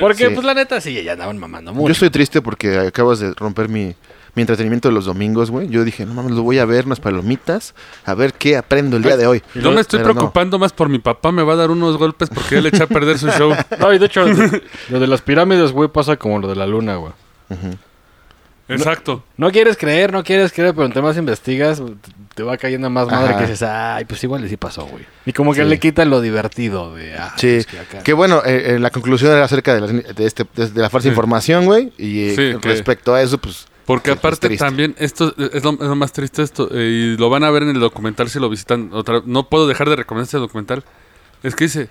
S4: Porque,
S3: Sí.
S4: pues, la neta, sí, ya andaban mamando mucho.
S3: Yo estoy triste porque acabas de romper mi, mi entretenimiento de los domingos, güey. Yo dije, no mames, lo voy a ver unas palomitas, a ver qué aprendo el día de hoy.
S2: Yo me estoy
S3: Pero no.
S2: preocupando más por mi papá, me va a dar unos golpes porque él echa a perder su show.
S4: No, y de hecho, lo de las pirámides, güey, pasa como lo de la luna, güey.
S2: Exacto.
S4: No quieres creer, no quieres creer, pero en temas investigas, te- te va cayendo más madre
S3: Ajá.
S4: que dices, ay, pues igual y sí pasó, güey. Y como que le quita lo divertido de, ah,
S3: Sí,
S4: pues, que acá-
S3: que bueno, eh, eh, la conclusión era acerca de, la, de este, de, de la falsa
S2: Sí.
S3: información, güey. Y eh,
S2: Sí, que-
S3: respecto a eso, pues...
S2: Porque
S3: Sí, es
S2: aparte
S3: triste.
S2: también, esto es lo, es lo más triste esto, eh, y lo van a ver en el documental si lo visitan. Otra, no puedo dejar de recomendar este documental. Es que dice,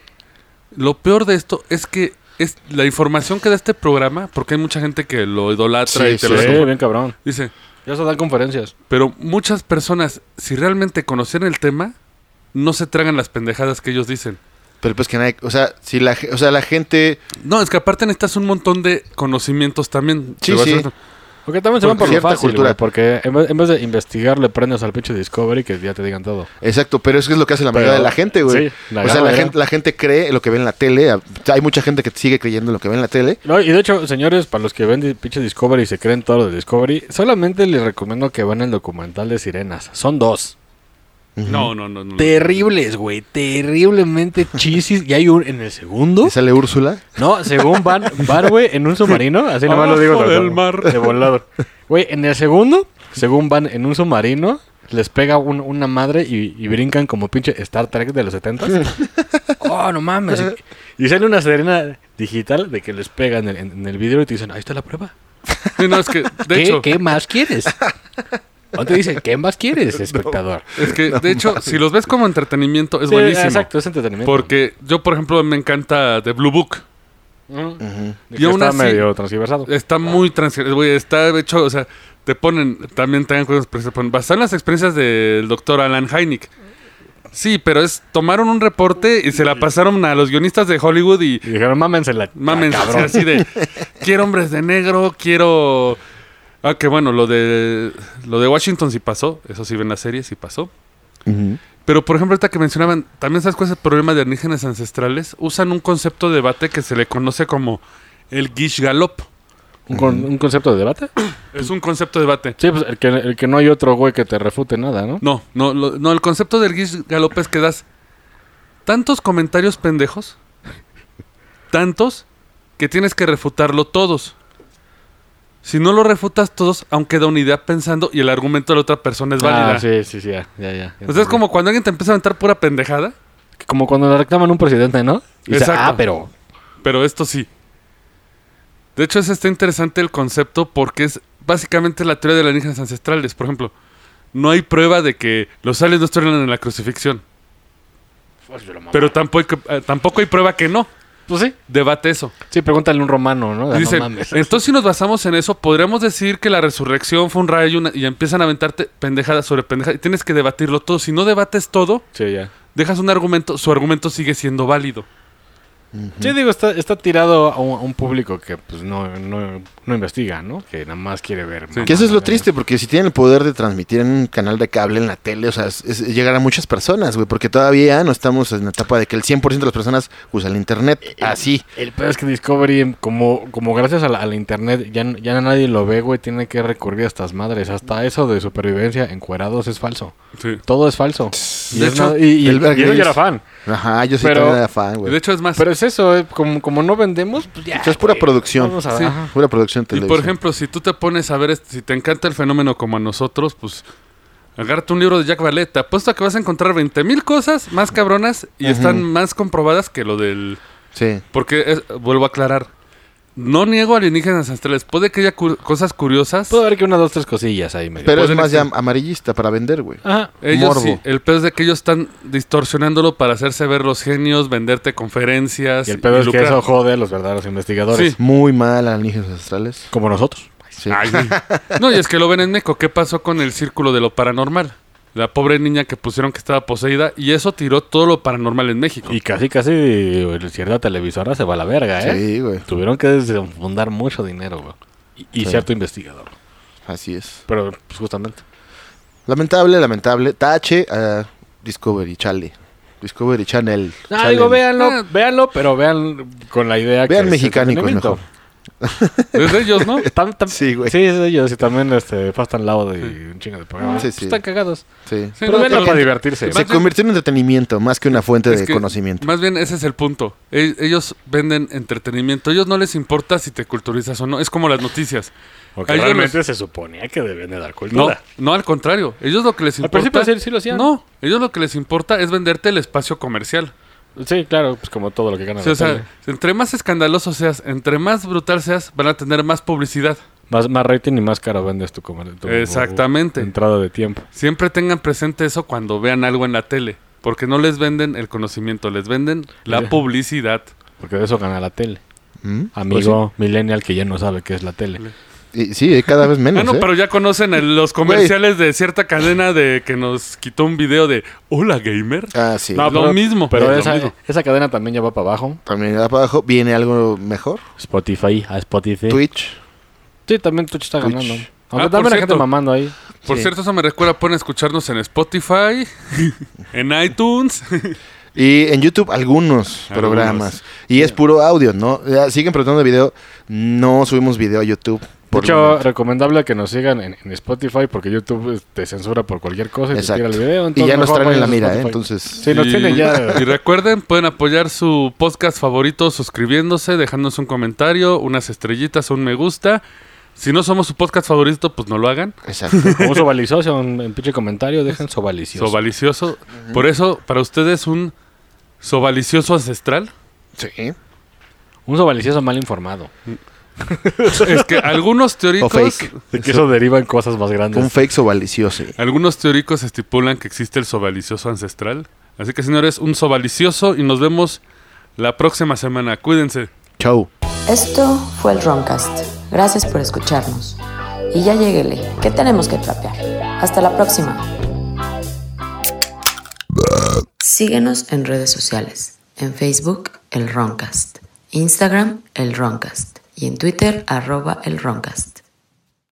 S2: lo peor de esto es que es la información que da este programa, porque hay mucha gente que lo idolatra
S3: Sí,
S2: y te
S3: sí.
S2: lo
S4: Sí,
S2: compra.
S4: bien cabrón.
S2: Dice,
S4: Ya se dan conferencias.
S2: pero muchas personas, si realmente conocían el tema, no se tragan las pendejadas que ellos dicen.
S3: Pero pues que nadie... O sea, si la, ge- o sea, la gente...
S2: No, es que aparte necesitas un montón de conocimientos también.
S3: Sí,
S2: Te vas
S3: sí.
S2: a-
S4: Porque también se
S3: Porque
S4: van por lo
S3: cierta
S4: fácil,
S3: cultura.
S4: güey, porque en vez, en vez de investigar, le prendes al pinche Discovery que ya te digan todo.
S3: Exacto, pero eso es lo que hace la mayoría
S4: Pero-
S3: de la gente, güey.
S4: sí, la
S3: o sea,
S4: gran
S3: la
S4: mayoría.
S3: gente, la gente cree lo que ve en la tele. a- Hay mucha gente que sigue creyendo en lo que ve en la tele.
S4: No, y de hecho, señores, para los que ven di- pinche Discovery y se creen todo lo de Discovery, solamente les recomiendo que vean el documental de Sirenas. Son dos.
S2: No, no,
S3: Mm.
S2: no. no.
S4: Terribles, güey. Terriblemente chisis. Y hay un en el segundo.
S3: Y sale Úrsula.
S4: No, según van, van, güey, en un submarino. Así nomás lo digo.
S2: Abajo
S4: tal
S2: del
S4: cual,
S2: mar.
S4: De volador. Güey, en el segundo, según van en un submarino, les pega un- una madre y, y brincan como pinche Star Trek de los 70 oh, no mames. Y, y sale una serena digital de que les pegan en el, en el vidrio y te dicen, ahí está la prueba.
S2: Sí, no, es que, de
S4: ¿Qué,
S2: hecho,
S4: ¿Qué más quieres? O te dicen, ¿qué más quieres, espectador?
S2: es que, de hecho, si los ves como entretenimiento, es
S4: Sí,
S2: buenísimo.
S4: Exacto, es entretenimiento.
S2: Porque yo, por ejemplo, me encanta The Blue Book.
S4: Mm, de
S2: Y
S4: que
S2: aún
S4: está
S2: así-
S4: medio transversado.
S2: Está muy transgresor, güey, está hecho, o sea, te ponen, también tengan cosas, pero se ponen, basado en las experiencias del doctor Alan Hynek. Sí, pero es, tomaron un reporte y se la pasaron a los guionistas de Hollywood y
S4: Y dijeron, mámensela.
S2: mamen,
S4: Ah, cabrón".
S2: así de, quiero hombres de negro, quiero... Ah, que bueno, lo de, lo de Washington sí pasó, eso sí ven la serie, sí pasó. Pero, por ejemplo, ahorita que mencionaban, también sabes cuál es el problema de alienígenas ancestrales. Usan un concepto de debate que se le conoce como el Gish Galop.
S4: ¿Un, con- un concepto de debate?
S2: Es un concepto de debate.
S4: Sí, pues el que, el que no hay otro güey que te refute nada, ¿no?
S2: No, no, lo- no, el concepto del Gish Galop es que das tantos comentarios pendejos, tantos, que tienes que refutarlo todos. Si no lo refutas todos, aún queda una idea pensando y el argumento de la otra persona es válida.
S4: Ah, sí, sí, sí, ya, ya, ya.
S2: O sea, es como cuando alguien te empieza a aventar pura pendejada,
S4: Como cuando le reclaman a un presidente, ¿no? Y dice,
S2: Exacto.
S4: ah, pero...
S2: Pero esto sí. De hecho, eso está interesante el concepto porque es básicamente la teoría de las alienígenas ancestrales. Por ejemplo, no hay prueba de que los aliens no estuvieran en la crucifixión. Pero tampoco, eh, tampoco hay prueba que no.
S4: Pues sí.
S2: Debate eso.
S4: Sí, pregúntale a un romano, ¿no? Ah,
S2: Y dicen,
S4: no mames.
S2: entonces si nos basamos en eso, podríamos decir que la resurrección fue un rayo y una- y empiezan a aventarte pendejadas sobre pendejadas. Y tienes que debatirlo todo. Si no debates todo,
S4: Sí, ya.
S2: dejas un argumento, su argumento sigue siendo válido.
S4: Sí, digo, está, está tirado a un, a un público que pues no, no, no investiga, ¿no? Que nada más quiere ver.
S2: Sí.
S3: Que eso es lo
S4: mamadas.
S3: triste, porque si tienen el poder de transmitir en un canal de cable, en la tele, o sea, es- es llegar a muchas personas, güey, porque todavía no estamos en la etapa de que el 100% de las personas usa el internet Ah, así.
S4: El peor es que Discovery, como, como gracias a la, a la internet, ya, n- ya nadie lo ve, güey, tiene que recurrir a estas madres. Hasta eso de supervivencia encuerados es falso.
S2: Sí.
S4: Todo es falso. Y,
S2: De
S4: es
S2: hecho,
S4: nada- y- y-
S3: el Bear
S4: y yo ya era
S3: Grylls.
S4: fan.
S3: Ajá, yo sí
S4: Pero-
S3: también era fan,
S2: Y de
S3: güey.
S2: hecho es más.
S4: Pero es eso, eh, como, como no vendemos, pues ya.
S3: O sea, es pura
S4: güey,
S3: producción.
S4: vamos a-
S2: Sí.
S4: ajá.
S3: Pura producción
S2: y
S3: televisiva.
S2: por ejemplo, si tú te pones a ver, este- si te encanta el fenómeno como a nosotros, pues agárrate un libro de Jack Valette. Apuesto a que vas a encontrar 20.000 cosas más cabronas y
S3: Ajá.
S2: están más comprobadas que lo del
S3: Sí.
S2: Porque, es- vuelvo a aclarar, no niego alienígenas ancestrales. Puede que haya cu- cosas curiosas.
S4: Puedo ver que una, dos, tres cosillas ahí medio.
S3: Pero es
S2: Pueden
S3: más ya
S2: existir.
S3: amarillista para vender,
S2: Ah,
S3: güey.
S4: Ajá.
S2: Ellos
S3: morbo.
S2: sí, el pedo es de que ellos están distorsionándolo para hacerse ver los genios, venderte conferencias.
S4: Y el pedo es que
S2: lucrar.
S4: eso jode a los verdaderos investigadores.
S2: Sí.
S3: Muy mal a Ninjas Ancestrales.
S4: Como nosotros.
S3: Sí.
S2: Ay, sí. No, y es que lo ven en Meco. ¿Qué pasó con el círculo de lo paranormal? La pobre niña que pusieron que estaba poseída y eso tiró todo lo paranormal en México.
S4: Y casi, casi cierta televisora se va a la verga, ¿eh?
S3: Sí, güey.
S4: Tuvieron que desenfundar mucho dinero, güey. Y, y
S3: Sí.
S4: cierto investigador.
S3: Así es.
S4: Pero, pues, justamente.
S3: Lamentable, lamentable. Tache a Discovery Channel. Discovery Channel.
S4: No,
S3: Channel.
S4: digo, véanlo,
S2: Ah.
S4: véanlo, pero vean con la idea que...
S3: Vean
S4: es
S3: Mexicánicos
S4: entretenimiento.
S3: mejor.
S2: Es de ellos, ¿no?
S4: Tam- tam-
S3: Sí,
S4: sí,
S3: güey.
S4: güey. Sí, ellos. Y también este, Fast and Loud y un chingo de programas.
S3: Sí,
S4: Pues
S3: sí.
S4: Están cagados.
S3: Sí.
S2: Sí,
S4: Pero
S2: no,
S4: véanlo
S2: pero-
S4: para divertirse.
S2: Más
S3: Se
S2: bien-
S3: convirtió en entretenimiento más que una fuente
S2: Es
S3: de
S2: que,
S3: conocimiento.
S2: Más bien ese es el punto. E- Ellos venden entretenimiento. Ellos no les importa si te culturizas o no. Es como las noticias.
S4: Porque
S2: Ahí yo
S4: realmente
S2: los-
S4: se suponía que deben de dar
S2: No,
S4: cultura.
S2: no al contrario. Ellos lo que les
S4: Al
S2: importa.
S4: principio sí- sí lo hacían.
S2: No, ellos lo que les importa es venderte el espacio comercial.
S4: Sí, claro, pues como todo lo que ganan.
S2: Sí, o sea, entre más escandaloso seas, entre más brutal seas, van a tener más publicidad.
S4: más, más rating y más caro vendes tu, comer- tu
S2: Exactamente.
S4: entrada de tiempo.
S2: Siempre tengan presente eso cuando vean algo en la tele. Porque no les venden el conocimiento, les venden la
S4: Ya.
S2: publicidad.
S4: Porque de eso gana la tele.
S3: ¿Mm?
S2: Pues
S4: Amigo millennial que ya no sabe qué es la tele.
S3: Y- sí, eh, cada vez menos.
S2: Bueno,
S3: ¿eh?
S2: Ah, pero ya conocen el- los comerciales de cierta cadena de que nos quitó un video de Hola Gamer.
S3: Ah, sí.
S2: No, lo mismo.
S4: Pero
S2: Es lo
S4: esa,
S2: mismo.
S4: esa cadena también ya va para abajo.
S3: También para abajo viene algo mejor.
S4: Spotify, a Spotify.
S3: Twitch.
S4: Sí, también Twitch está
S3: Twitch.
S4: ganando.
S2: Ah, por
S4: Aunque también la gente
S2: cierto.
S4: mamando ahí.
S2: Por
S3: Sí.
S2: cierto, eso me recuerda, pueden escucharnos en Spotify, en iTunes.
S3: Y en YouTube algunos,
S2: Algunos.
S3: programas. Y es puro audio, ¿no? Ya siguen preguntando video. No subimos video a YouTube.
S4: De
S3: por lo
S4: hecho,
S3: menos.
S4: recomendable que nos sigan en, en Spotify porque YouTube eh, te censura por cualquier cosa y te
S3: Exacto.
S4: tira el video.
S3: y
S4: entonces
S3: ya nos
S4: mejor
S3: traen en la
S4: váyanse a
S3: mira, ¿eh?
S4: Spotify.
S3: Entonces,
S4: Sí, nos
S2: Y-
S4: tienen ya.
S2: Y recuerden, pueden apoyar su podcast favorito suscribiéndose, dejándonos un comentario, unas estrellitas, un me gusta. Si no somos su podcast favorito, pues no lo hagan.
S3: exacto.
S4: Como sobalicioso, un, un pinche comentario, dejen sobalicioso.
S2: Sobalicioso. Por eso, para ustedes, un sobalicioso ancestral.
S3: sí.
S4: un sobalicioso mal informado.
S2: es que algunos
S3: O
S2: teóricos.
S3: fake.
S4: De que eso deriva en cosas más
S3: Un
S4: grandes.
S3: fake o valicioso.
S2: Algunos teóricos estipulan que existe el sobalicioso ancestral. Así que, señores, un sobalicioso y nos vemos la próxima semana. Cuídense.
S3: Chau.
S1: Esto fue el Roncast. Gracias por escucharnos. Y ya lleguele, que tenemos que trapear. Hasta la próxima. Síguenos en redes sociales. En Facebook, el Roncast. Instagram, el Roncast. Y en Twitter, arroba el Roncast.